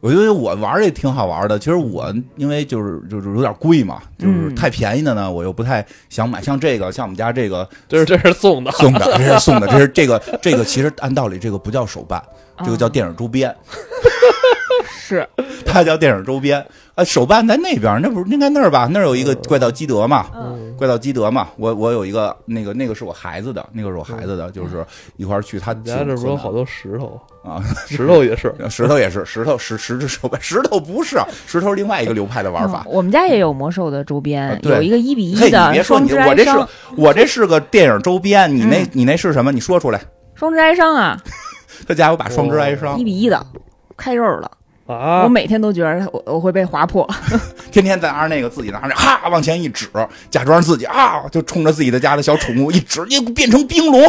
S2: 我觉得我玩儿也挺好玩儿的。其实我因为就是就是有点贵嘛，就是
S3: 嗯
S2: 太便宜的呢，我又不太想买。像这个，像我们家这个
S1: 这是这是送的，
S2: 送的，这是送的，这是这个这个，其实按道理这个不叫手办，嗯这个叫
S3: 啊
S2: 电影周边， [laughs]
S3: 是
S2: 它叫电影周边。啊，手办在那边儿，那不是应该那儿吧？那儿有一个
S3: 呃
S2: 怪盗基德嘛，
S1: 嗯，
S2: 怪盗基德嘛，我我有一个那个那个是我孩子的，那个是我孩子的，
S3: 嗯
S2: 就是一块儿去他
S1: 你家这不是有好
S2: 多
S1: 多石头，
S2: 嗯啊，
S1: [laughs] 石头也
S2: [laughs]
S1: 是。
S2: 石头也是石头石石只手办，石头不是石头是另外一个流派的玩法
S3: 嗯。我们家也有魔兽的周
S2: 啊
S3: 边，
S2: 对
S3: 有一个一比
S2: 嘿，你
S3: 一
S2: 别
S3: 的
S2: 说
S3: 双
S2: 你
S3: 之
S2: 这，我
S3: 哀
S2: 这是
S3: 伤，嗯
S2: 我这是个电影周边，你那你那是什么？你说出来。
S3: 双之哀伤啊，
S2: 这家伙把双肢哀伤
S3: 一，比一的，开肉了。
S1: 啊
S3: 我，每天都觉得我我会被划破。 [laughs]
S2: 天天在拿着那个自己拿着哈往前一指，假装自己啊就冲着自己的家的小宠物一指，你变成冰龙，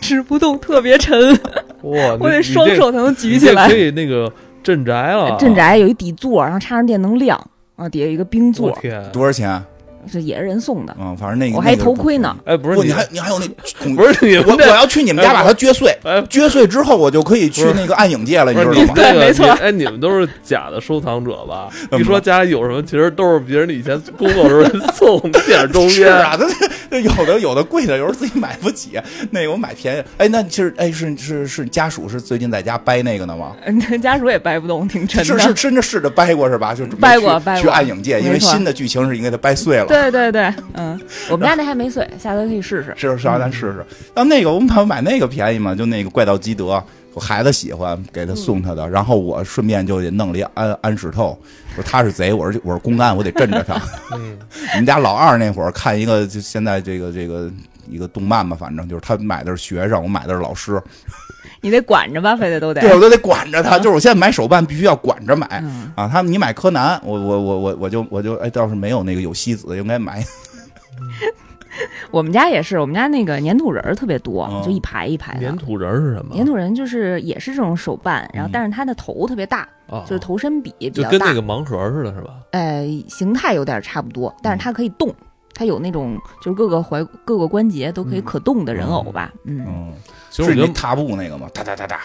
S3: 指不动，特别沉，
S2: 啊
S1: 哇，
S3: [laughs] 我
S1: 你
S3: 得
S1: 你
S3: 双
S1: 这
S3: 手才能
S1: 你
S3: 举起
S1: 这
S3: 来
S1: 可。以那个镇宅
S2: 啊
S1: 了。
S3: 镇宅有一底座，然后插上电能亮，啊，底下有一个冰
S1: 我
S3: 座，
S1: 天，
S2: 多少钱？啊
S3: 这也是人送的。
S2: 嗯，反正那个
S3: 我还头盔呢，，
S1: 哎，不
S2: 那
S1: 是
S2: 个不你
S1: 你
S2: 还你还
S1: [laughs]
S2: 有那宠物
S1: 不是你
S2: 我
S1: 们
S2: 我
S1: 这
S2: 要去你们家把它撅碎，
S1: 哎
S2: 撅碎之后我就可以去
S1: 不是
S2: 那个暗影界了，你
S1: 不
S2: 知
S1: 是
S2: 道
S1: 你
S2: 吗？
S1: 这
S3: 对
S1: 个
S3: [laughs] 没错
S1: 你哎，你们都是假的收藏者吧？
S2: [laughs] 嗯
S1: 一说家里有什么，其实都是别人以前工作时候送 [laughs] 的电影周
S2: 是
S1: 边。
S2: 啊，它它有的有的贵的，有时候自己买不起。那个我买便宜，哎，那其实哎是是是家属是最近在家掰那个呢吗？
S3: 嗯， [laughs] 家属也掰不动，挺沉
S2: 是是
S3: 的。
S2: 真的试着掰过是吧？就准备
S3: 掰过
S2: 去
S3: 掰过
S2: 去暗影界，因为
S3: 没错
S2: 新的剧情是应该它掰碎了。
S3: 对对对，嗯，我们家那还没碎，下回可以
S1: [laughs]
S3: 试试。
S2: 是是啊，咱试试。但那个我们朋友买那个便宜嘛，就那个怪盗基德，我孩子喜欢，给他送他的。然后我顺便就也弄了一安安石透，我说他是贼，我是我是公安，我得镇着他。
S1: 嗯，
S2: 我们家老二那会儿看一个，就现在这个这个一个动漫吧，反正就是他买的是学生，我买的是老师，
S3: 你得管着吧，非得都得。
S2: 对我都得管着他。就是我现在买手办必须要管着买
S3: 嗯
S2: 啊。他们你买柯南，我我我我我就我就哎，倒是没有那个有希子，应该买
S3: 我们家也是，我们家那个粘土人儿特别多
S2: 哦，
S3: 就一排一排的
S1: 粘。土人儿是什么？
S3: 粘土人就是也是这种手办，然后
S2: 嗯
S3: 但是它的头特别大，
S1: 啊，
S3: 就是头身比比
S1: 就
S3: 较
S1: 跟那
S3: 大
S1: 个，盲盒似的，是吧？
S3: 呃，形态有点差不多，但
S1: 嗯
S3: 是它可以动，它有那种就是各个踝各个关节都可以
S1: 嗯
S3: 可动的人偶吧，嗯。
S2: 嗯，
S1: 其实
S2: 是
S1: 我觉
S2: 那
S1: 得，
S2: 踏步那个吗？哒哒哒哒，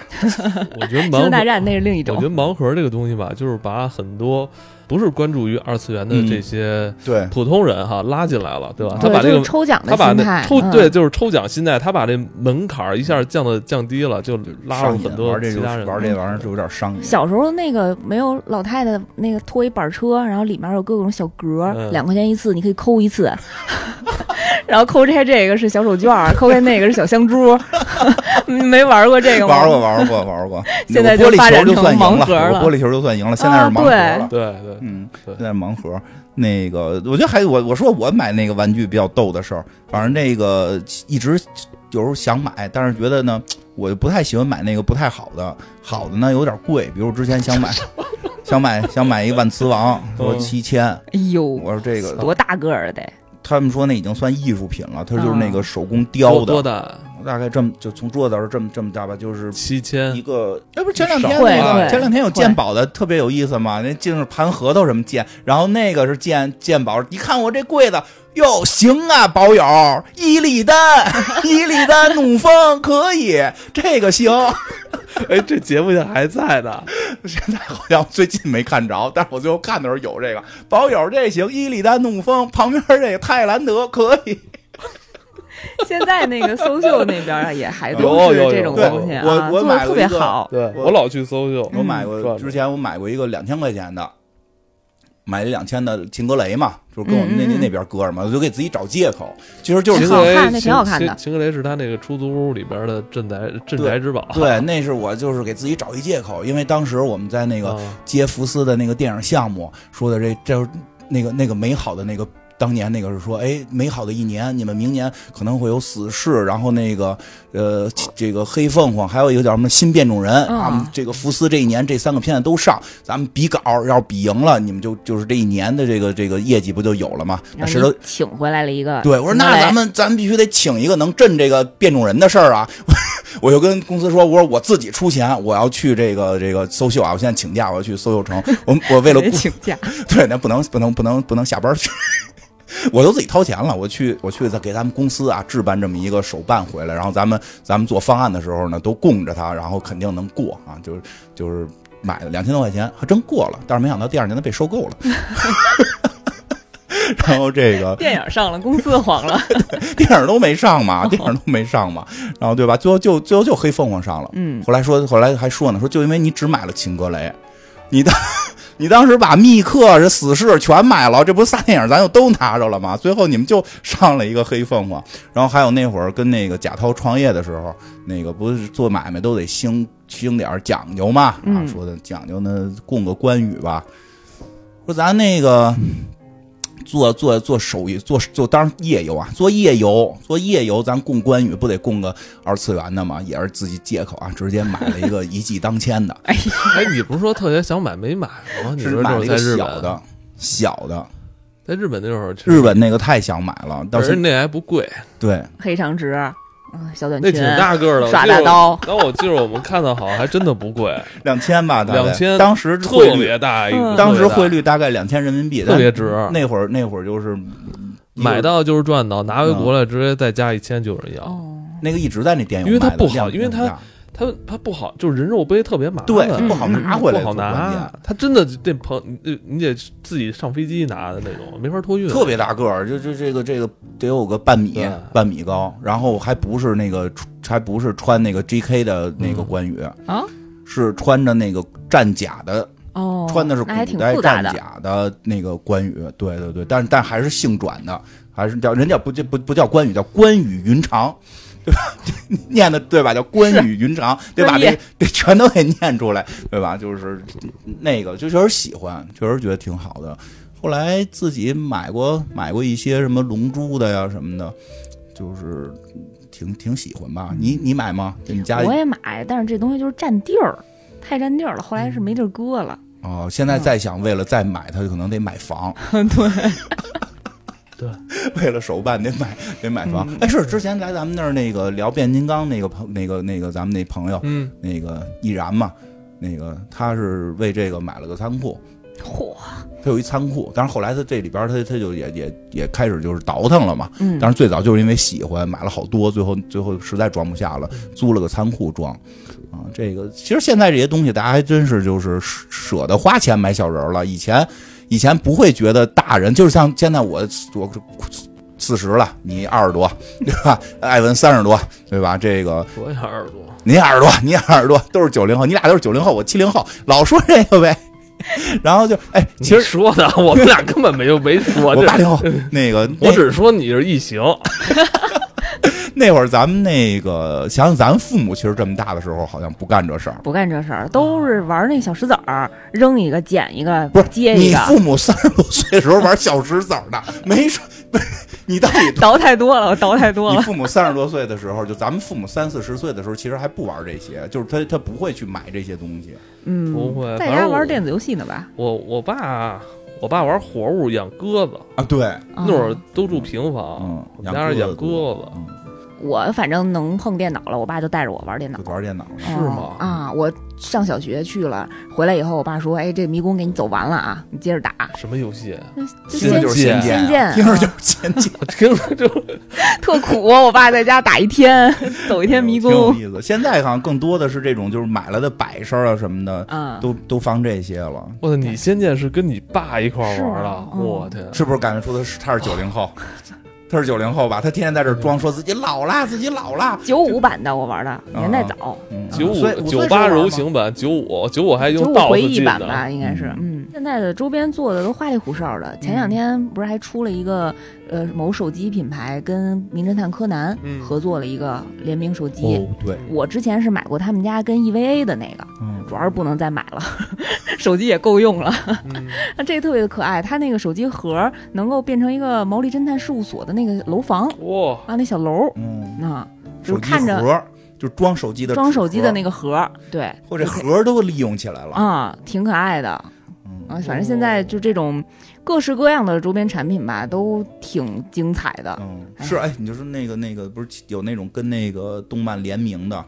S1: 我觉得
S3: 星球
S1: 盲
S3: 大
S1: 盒，
S3: 战那是另一
S1: 我觉
S3: [laughs]
S1: 得
S3: 种，
S1: 盲盒这个东西吧，就是把很多不是关注于二次元的
S2: 嗯
S1: 这些
S2: 对。
S1: 普通人哈拉进来了，对吧？他
S3: 嗯对，
S1: 把这
S3: 就
S1: 个
S3: 是抽奖的
S1: 他把
S3: 心
S1: 那
S3: 态，
S1: 抽
S3: 嗯
S1: 对，就是抽奖心态，他把这门槛儿一下降的降低了，就拉了
S2: 上瘾
S1: 很多
S2: 玩这
S1: 其
S2: 就
S1: 他
S2: 是
S1: 人。嗯
S2: 玩这玩意儿就有点上瘾。
S3: 小时候那个没有老太太那个拖一板车，然后里面有各种小格儿
S1: 嗯，
S3: 两、块钱一次，你可以抠一次。 [laughs] 然后抠开这个是小手绢儿，抠开那个是小香珠。 [laughs] 没玩过这个吗？
S2: 玩过玩过玩过，
S3: [laughs] 现在
S2: 我玻
S3: 就
S2: 璃
S3: 发
S2: 球
S3: 展
S2: 就
S3: 成
S2: 算赢
S3: 盲盒
S2: 了，
S3: 了
S2: 我玻璃球就算赢了，现在是
S3: 啊
S2: 盲盒了。
S1: 对对，
S2: 嗯，
S1: 对
S2: 现在是盲盒。那个，我觉得还我我说我买那个玩具比较逗的事儿，反正那个一直有时候想买，但是觉得呢，我就不太喜欢买那个不太好的，好的呢有点贵。比如我之前
S3: [laughs]
S2: 想买，想买想买一万磁王，说
S1: 嗯
S2: 七千，
S3: 哎呦，
S2: 我说这个，
S3: 多大个儿得啊
S2: 他们说那已经算艺术品了，它就是那个手工雕
S1: 多
S2: 的
S1: 多，大？
S2: 大概这么就从桌子到这么这么大吧，就是
S1: 七千
S2: 一啊个，要哎不是前两
S3: 少
S2: 天
S3: 会
S2: 那个
S3: 会
S2: 前两天有
S3: 会
S2: 鉴宝的特别有意思嘛，那净是盘核桃什么鉴，然后那个是鉴鉴宝，一看我这柜子。哟，行啊，宝友，伊利丹， [laughs] 伊利丹怒风可以，这个行。 [laughs]
S1: 哎，这节目现在还在呢，
S2: 现在好像最近没看着，但是我最后看的时候有这个宝友这行，伊利丹怒风旁边这个泰兰德可以。
S4: 现在那个搜秀那边儿也还
S1: 有
S4: 都是
S1: 有
S4: 这
S1: 有
S4: 种
S1: 对
S4: 东西啊，
S2: 我我
S4: 做
S2: 买
S4: 的特
S2: 过
S4: 别
S2: 一个啊
S4: 好。
S1: 对
S2: 我
S1: 我老去搜秀，
S2: 我买
S1: 转
S2: 过，
S1: 转
S2: 之前我买过一个两千块钱的，买了两千的秦格雷嘛，就是跟我们
S4: 嗯
S2: 那
S4: 嗯
S2: 那
S4: 嗯
S2: 那边哥们儿，我就给自己找借口，其实就是
S1: 秦
S3: 挺
S1: 格
S3: 好
S1: 雷
S3: 看那挺好看的
S1: 秦秦格雷是他那个出租屋里边的镇宅镇宅之宝，
S2: 对，那是我就是给自己找一借口，因为当时我们在
S1: [laughs]
S2: 那个
S1: 啊
S2: 接福斯的那个电影项目说的这这那个那个美好的那个。当年那个是说，哎，美好的一年，你们明年可能会有死侍，然后那个，呃，这个黑凤凰，还有一个叫什么新变种人、
S3: 嗯
S2: 啊，这个福斯这一年这三个片子都上，咱们比稿，要是比赢了，你们就就是这一年的这个这个业绩不就有了吗？那
S3: 然
S2: 谁
S3: 后
S2: 都
S3: 啊你请回来了一个，
S2: 对，我说那咱们咱们必须得请一个能镇这个变种人的事儿啊！ [laughs] 我就跟公司说，我说我自己出钱，我要去这个这个搜秀啊！我现在请假，我要去搜秀城。我我为了
S3: [laughs]
S4: 得请假，
S2: 对，那不能不能不能不能下班去， [laughs] 我都自己掏钱了，我去我去再给咱们公司啊置办这么一个手办回来，然后咱们咱们做方案的时候呢，都供着它，然后肯定能过啊！就是就是买了两千多块钱，还真过了，但是没想到第二年它被收购了。 [laughs] 然后这个
S4: 电影上了，公司黄了，
S2: [laughs] 电影都没上嘛，电影都没上嘛，然后对吧？最后就最后就黑凤凰上了。
S4: 嗯，
S2: 后来说，后来还说呢，说就因为你只买了秦格雷，你当 [laughs] 你当时把密克、这死侍全买了，这不是仨电影咱就都拿着了吗？最后你们就上了一个黑凤凰，然后还有那会儿跟那个贾涛创业的时候，那个不是做买卖都得兴兴点儿讲究嘛，啊，
S4: 嗯
S2: 说的讲究呢，供个关羽吧，说咱那个。做做做手艺，做做当然夜游啊，做夜游，做夜游，咱供关羽不得供个二次元的嘛，也是自己借口啊，直接买了一个一骑当千的，
S1: [laughs] 哎，你不是说特别想买没买吗？你
S2: 是
S1: 说
S2: 买
S1: 这是
S2: 了一
S1: 在
S2: 个
S1: 日
S2: 小
S1: 本，
S2: 的，小的。
S1: 在日本那会儿其实
S2: 日本那个太想买了，但
S1: 而且
S2: 是
S1: 那还不贵，
S2: 对
S3: 黑长直，嗯，小短
S1: 那
S3: 裙，
S1: 挺大个儿的，
S3: 耍
S1: 我记得
S3: 大刀。
S1: 我。那我记得我们看的好像还真的不
S2: [laughs]
S1: 贵，
S2: 两千吧，大概
S1: 2000
S2: 当时汇
S1: 特
S2: 率，
S1: 别大一个，
S4: 嗯
S2: 当时
S1: 特别大
S2: 汇率大概两千人民币，
S1: 特别值
S2: 但那会儿那会儿就是
S1: 买到就是赚到，拿回国
S2: 嗯
S1: 来直接再加一千就有人要。
S4: 哦，
S2: 那个一直在那店有
S1: 因为它
S2: 卖的
S1: 不好
S2: 量
S1: 因为它
S2: 量大
S1: 它它不好，就是人肉杯特别麻烦，
S2: 对
S1: 嗯
S2: 不好拿回来，
S1: 不好拿。它真的那朋你你得自己上飞机拿的那种，没法托运。
S2: 特别大个儿，就就这个这个得有个半米
S1: 对
S2: 半米高，然后还不是那个还不是穿那个 GK 的那
S1: 嗯
S2: 个关羽
S4: 啊，
S2: 是穿着那个战甲的，
S4: 哦，
S2: 穿的是古
S3: 那还挺
S2: 代
S3: 复杂
S2: 战
S3: 的
S2: 甲的那个关羽，对对对，但但还是姓转的，还是叫人家不叫不不叫关羽，叫关羽云长。对吧？ [laughs] 念的对吧？叫关羽云长，对吧？
S4: 专业
S2: 这这全都给念出来，对吧？就是那个，就确实喜欢，确实觉得挺好的。后来自己买过买过一些什么龙珠的呀什么的，就是挺挺喜欢吧。你你买吗？你家
S3: 嗯我也买，但是这东西就是占地儿，太占地儿了。后来是没地儿搁了，
S2: 哦，现在再想为了再买它，可能得买房。
S1: 对，
S2: [laughs] 为了手办得买得买房。哎，是之前来咱们那儿那个聊变形金刚那个朋那个那个咱们那朋友
S1: 嗯，
S2: 那个易然嘛，那个他是为这个买了个仓库，
S3: 嚯，
S2: 他有一仓库，但是后来他这里边儿他他就也也也开始就是倒腾了嘛。
S4: 嗯
S2: 当时最早就是因为喜欢买了好多，最后最后实在装不下了，租了个仓库装。啊，这个其实现在这些东西大家还真是就是舍舍得花钱买小人儿了。以前以前不会觉得大人，就是像现在我我四十了，你二十多，对吧？艾文三十多，对吧？这个
S1: 我也耳朵。
S2: 你耳朵，你耳朵都是九零后，你俩都是九零后，我七零后，老说这个呗。 [laughs] 然后就哎，其
S1: 你
S2: 实
S1: 说的，我们俩根本没有没说。
S2: 我
S1: 这
S2: 八零
S1: [laughs]
S2: 后那个，
S1: 我只是说你是异形，
S2: 那会儿咱们那个想想，咱们父母其实这么大的时候，好像不干这事儿。
S3: 不干这事儿，都是玩那小石子儿，扔一个捡一个，
S2: 啊不是
S3: 接一
S2: 你
S3: 个，
S2: 父母三十多岁的时候玩小石子儿呢，没说不是你到底
S4: 倒太多了，我倒太多
S2: 你
S4: 了，
S2: 父母三十多岁的时候，就咱们父母三四十岁的时候，其实还不玩这些，就是他他不会去买这些东西。
S4: 嗯，
S1: 不会
S4: 在
S1: 反
S4: 家
S1: 正我
S4: 玩电子游戏呢吧？
S1: 我我爸我爸玩活物养鸽子，
S2: 啊，对，
S3: 嗯
S1: 那会儿都住平房
S2: 嗯，
S3: 哦
S1: 我们家是
S2: 养
S1: 养
S2: 鸽
S1: 鸽
S2: 子
S1: 子，
S3: 我反正能碰电脑了，我爸就带着我玩电脑
S2: 嗯就。玩电脑了。
S1: 是吗
S3: 嗯啊，我上小学去了，回来以后，我爸说：“哎，这迷宫给你走完了啊，你接着打。
S1: 什么游戏？
S3: 就
S2: 听着
S3: 先
S2: 就是
S1: 仙
S2: 仙剑啊，
S3: 剑
S2: 听着就是仙
S3: [laughs]
S2: 剑，
S1: 我听着就
S3: 特苦，啊我爸在家打一天， [laughs] 走一天迷
S2: 挺有
S3: 宫。
S2: 意思。现在好像更多的是这种，就是买了的摆设啊什么的，
S3: 嗯，
S2: 都都放这些了。
S1: 我操！你仙剑是跟你爸一块儿玩
S3: 是
S1: 的
S3: 啊，嗯
S1: 我天！
S2: 是不是感觉说他是他是九零后？他是九零后吧？他天天在这儿装，说自己老啦，自己老啦。
S3: 九五版的我玩
S2: 啊
S3: 的，年代早，
S2: 嗯
S1: 九
S2: 五岁
S1: 五九八柔，情版，九五九五还
S3: 九
S1: 用
S3: 五
S1: 道
S3: 回
S1: 士
S3: 忆
S1: 进
S3: 版
S1: 的
S3: 吧，应该是。嗯，现在的周边做的都花里胡哨的。
S2: 嗯
S3: 前两天不是还出了一个呃某手机品牌跟《名侦探柯南
S1: 嗯》
S3: 合作了一个联名手
S2: 五岁
S3: 机
S2: 数。吧哦，对，
S3: [laughs] 我之前是买过他们家跟 EVA 的那个，
S2: 嗯
S3: 主要是不能再买了， [laughs] 手机也够用了。 [laughs]
S1: 嗯
S3: 那这个特别的可爱，它那个手机盒能够变成一个毛利侦探事务所的那个楼房
S1: 哇，
S3: 啊，那小楼，
S2: 嗯，
S3: 啊，
S2: 手
S3: 就是
S2: 机
S3: 看着
S2: 盒儿就装手机的
S3: 装手机的那
S2: 个，
S3: 个盒，对，
S2: 或者盒儿都利用起来了。
S3: 啊，挺可爱的。
S2: 嗯
S3: 啊，反正现在就这种各式各样的周边产品吧，都挺精彩的。
S2: 嗯，是哎，你就说那个那个不是有那种跟那个动漫联名的，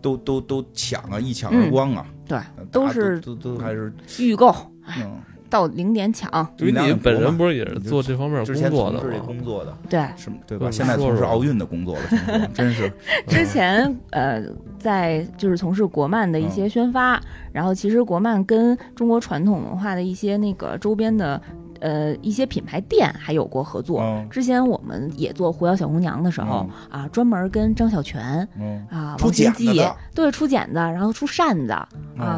S2: 都都都抢啊，一抢而光啊，
S3: 嗯对
S2: 大，家
S3: 都
S2: 都
S3: 是
S2: 都都还是
S3: 预购，哎
S2: 嗯，
S3: 到零点抢。
S1: 对于
S2: 你
S1: 你
S2: 们
S1: 本
S2: 俩有
S1: 人
S2: 活
S1: 不是也是做这方面
S2: 之
S1: 工
S2: 前
S1: 作
S2: 从
S1: 的
S2: 事这
S1: 吗？
S2: 工作的，
S3: 对，
S2: 是对
S1: 对
S2: 吧？
S1: 你
S2: 现在
S1: 说
S2: 从事
S1: 说
S2: 奥运的工作了，听说
S1: [laughs]
S2: 真是
S3: [laughs] 之前呃，在就是从事国漫的一
S2: 嗯
S3: 些宣发，然后其实国漫跟中国传统文化的一些那个周边的呃一些品牌店还有过合作。
S2: 嗯
S3: 之前我们也做《狐妖小红娘》的时候、啊，专门跟张小泉
S2: 嗯，
S3: 啊、
S2: 出
S3: 王
S2: 剪
S3: 心
S2: 子
S3: 记
S2: 的
S3: 对出剪子，然后出扇子啊，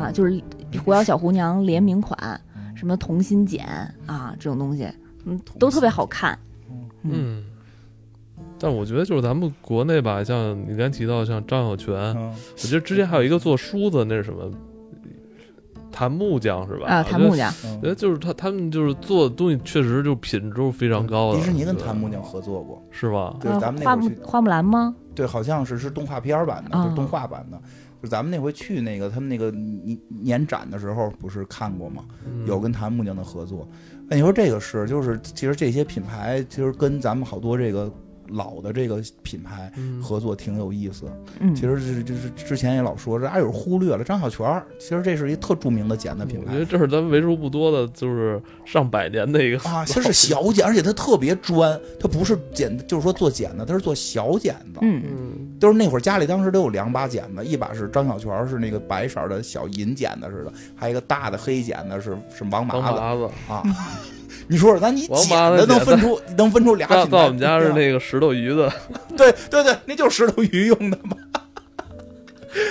S2: 嗯
S3: 就是狐妖小红娘联名款，
S2: 嗯
S3: 什么同心茧啊这种东西，嗯
S2: 同，
S3: 都
S2: 心
S3: 特别好看。
S1: 嗯，但我觉得就是咱们国内吧，像你刚才提到像张小泉，
S2: 嗯
S1: 我觉得之前还有一个做梳子，那是什么？檀木匠是吧？
S3: 啊，檀木
S1: 我觉得。
S3: 匠，
S2: 嗯
S1: 我觉得就是他，他们就是做的东西，确实就是品质都是非常高的。
S2: 嗯迪士尼跟檀木
S1: 对
S2: 匠合作过，
S1: 是吧？
S2: 对
S3: 啊
S2: 咱们那
S3: 花
S2: 会儿
S3: 木
S2: 去
S3: 花木兰吗？
S2: 对，好像是是动画片儿版的，
S3: 啊
S2: 就是动画版的。就是咱们那回去那个他们那个年年展的时候，不是看过吗？
S1: 嗯
S2: 有跟檀木匠的合作。哎，你说这个是，就是其实这些品牌其实跟咱们好多这个老的这个品牌
S1: 嗯
S2: 合作挺有意思。
S3: 嗯
S2: 其，实就是就是之前也老说，这还有人忽略了张小泉儿，其实这是一特著名的剪子品
S1: 我觉得
S2: 牌。
S1: 这是咱们为数不多的，就是上百年的一个
S2: 啊，它是小剪，而且它特别专，它不是剪，就是说做剪子，它是做小剪子。
S3: 嗯，
S1: 嗯，
S2: 就是那会儿家里当时都有两把剪子，一把是张小泉儿，是那个白色儿的小银剪子似的，还有一个大的黑剪子是是王麻
S1: 王
S2: 子
S1: 麻子，
S2: 啊。 [laughs] 你说说，咱你
S1: 王
S2: 剪
S1: 麻子
S2: 子能
S1: 剪
S2: 分出能分出俩
S1: 在
S2: 品牌？啊
S1: 在我们家是那个石头鱼的，
S2: 对对对，那就是石头鱼用的嘛。 [laughs]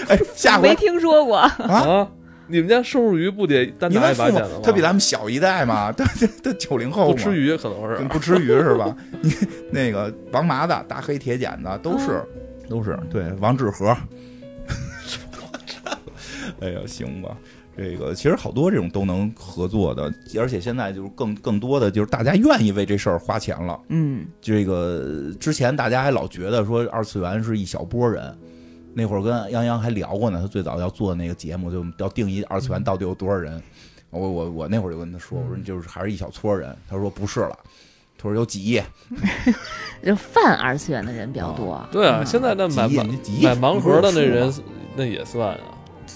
S2: 哎，下回
S4: 没听说过，
S2: 啊
S1: 啊，你们家收入鱼不得单
S2: 你
S1: 拿
S2: 问
S1: 一
S2: 父
S1: 把剪
S2: 母
S1: 子吗？，
S2: 他比咱们小一代嘛，他他他九零后
S1: 不
S2: 嘛，
S1: 吃鱼可能是
S2: 不吃鱼是吧？ [laughs] 你那个王麻子、大黑铁剪子都是、都是对王致和。哎呀，行吧，这个其实好多这种都能合作的，而且现在就是更更多的就是大家愿意为这事儿花钱了。
S3: 嗯，
S2: 这个之前大家还老觉得说二次元是一小波人，那会儿跟杨洋还聊过呢，他最早要做那个节目，就要定义二次元到底有多少人。我我我那会儿就跟他说，我说你就是还是一小撮人，他说不是了，他说有几亿，
S3: 就泛二次元的人
S2: 哦
S3: 比较多，
S1: 对啊，
S3: 嗯
S1: 现在那买
S2: 几亿
S1: 盲
S2: 你几亿
S1: 买盲盒的那
S2: 你
S1: 人，那也算啊。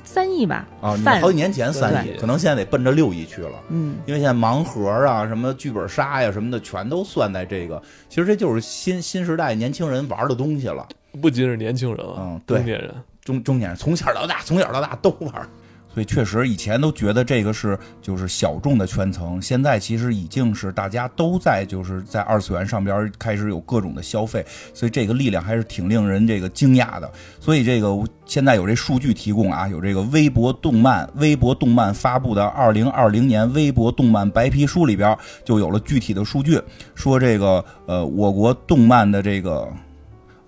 S3: 三亿吧，
S2: 啊，你
S3: 泛
S2: 好几年前三
S1: 对
S2: 亿，可能现在得奔着六亿去了。 [laughs]
S3: 嗯，
S2: 因为现在盲盒啊、什么剧本杀呀、什么的，全都算在这个。其实这就是新新时代年轻人玩的东西了。
S1: 不仅是年轻人啊，
S2: 嗯，对
S1: 中，年人，
S2: 中中年人从小到大，从小到大都玩儿。所以确实以前都觉得这个是就是小众的圈层，现在其实已经是大家都在就是在二次元上边儿开始有各种的消费，所以这个力量还是挺令人这个惊讶的。所以这个我现在有这数据提供啊，有这个微博动漫微博动漫发布的二零二零年微博动漫白皮书里边儿就有了具体的数据，说这个呃我国动漫的这个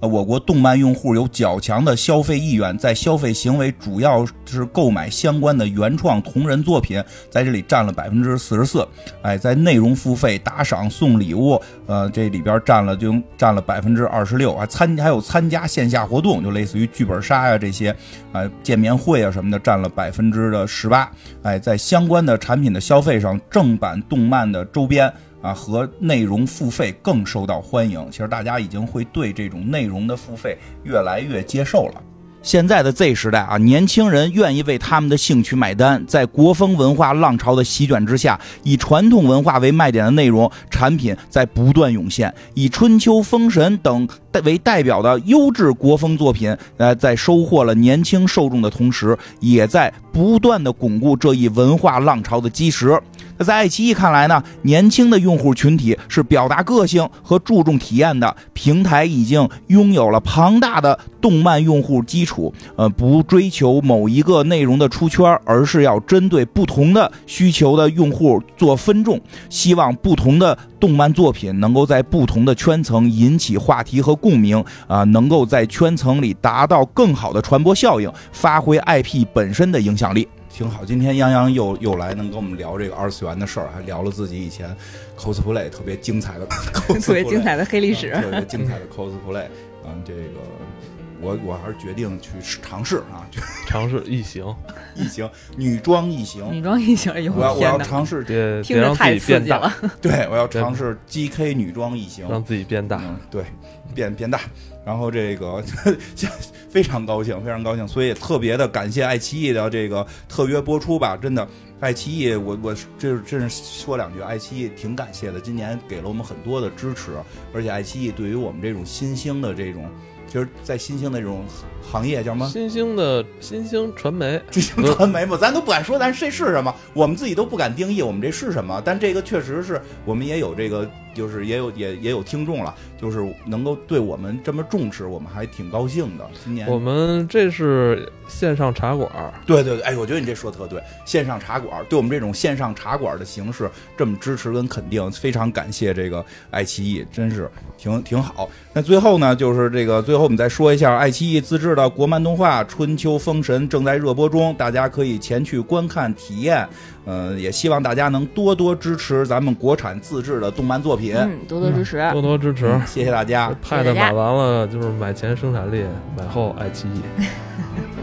S2: 呃，我国动漫用户有较强的消费意愿，在消费行为主要是购买相关的原创同人作品，在这里占了百分之四十四。哎，在内容付费、打赏、送礼物，呃，这里边占了就占了百分之二十六啊。参还有参加线下活动，就类似于剧本杀呀、这些，啊、见面会啊什么的，占了百分之的十八。哎，在相关的产品的消费上，正版动漫的周边。啊、啊和内容付费更受到欢迎。其实大家已经会对这种内容的付费越来越接受了。现在的 Z 时代啊，年轻人愿意为他们的兴趣买单，在国风文化浪潮的席卷之下，以传统文化为卖点的内容产品在不断涌现，以春秋、封神等为代表的优质国风作品，呃，在收获了年轻受众的同时，也在不断的巩固这一文化浪潮的基石。那在爱奇艺看来呢，年轻的用户群体是表达个性和注重体验的，平台已经拥有了庞大的动漫用户基础。呃，不追求某一个内容的出圈，而是要针对不同的需求的用户做分众，希望不同的动漫作品能够在不同的圈层引起话题和共鸣啊、能够在圈层里达到更好的传播效应，发挥 IP 本身的影响力。挺好，今天泱泱又又来能跟我们聊这个二次元的事儿，还聊了自己以前 cosplay 特别精 [laughs] 彩的 cosplay，
S4: 特别精彩的黑历史
S2: 啊。特别精彩的 cosplay 啊，这个我我还是决定去尝试啊，就
S1: 尝试异形，
S2: 异形女装异
S4: 女
S2: 形，
S4: 装一下，哎呦
S2: 我要我
S4: 天
S2: 要
S4: 哪，
S2: 尝试，
S1: 别别
S4: 听着
S1: 让自
S4: 太
S1: 己
S4: 刺
S1: 变
S4: 激
S1: 大，
S4: 了。
S2: 对我要尝试 GK 女装异形，
S1: 让自己变大。
S2: 嗯，对，变变大。然后这个非常高兴，非常高兴，所以也特别的感谢爱奇艺的这个特约播出吧，真的，爱奇艺，我我这真是说两句，爱奇艺挺感谢的，今年给了我们很多的支持，而且爱奇艺对于我们这种新兴的这种，其实，在新兴的这种行业叫什么？
S1: 新兴的新兴传媒，
S2: [laughs] 这什么传媒嘛，咱都不敢说，咱这是什么，我们自己都不敢定义我们这是什么。但这个确实是我们也有这个，就是也有也也有听众了，就是能够对我们这么重视，我们还挺高兴的。今年
S1: 我们这是线上茶馆儿，
S2: 对对对，哎，我觉得你这说得特对，线上茶馆对我们这种线上茶馆的形式这么支持跟肯定，非常感谢这个爱奇艺，真是挺挺好。那最后呢，就是这个最后我们再说一下，爱奇艺自制的国漫动画《春秋封神》正在热播中，大家可以前去观看体验。嗯、也希望大家能多多支持咱们国产自制的动漫作品。嗯
S3: 嗯，多多支持。
S4: 啊
S1: 多多支持。
S2: 谢谢大家，
S1: 派
S3: 谢
S1: 的
S3: 谢大
S1: 买
S3: 家
S1: 完了就是买前生产力，买后爱奇艺。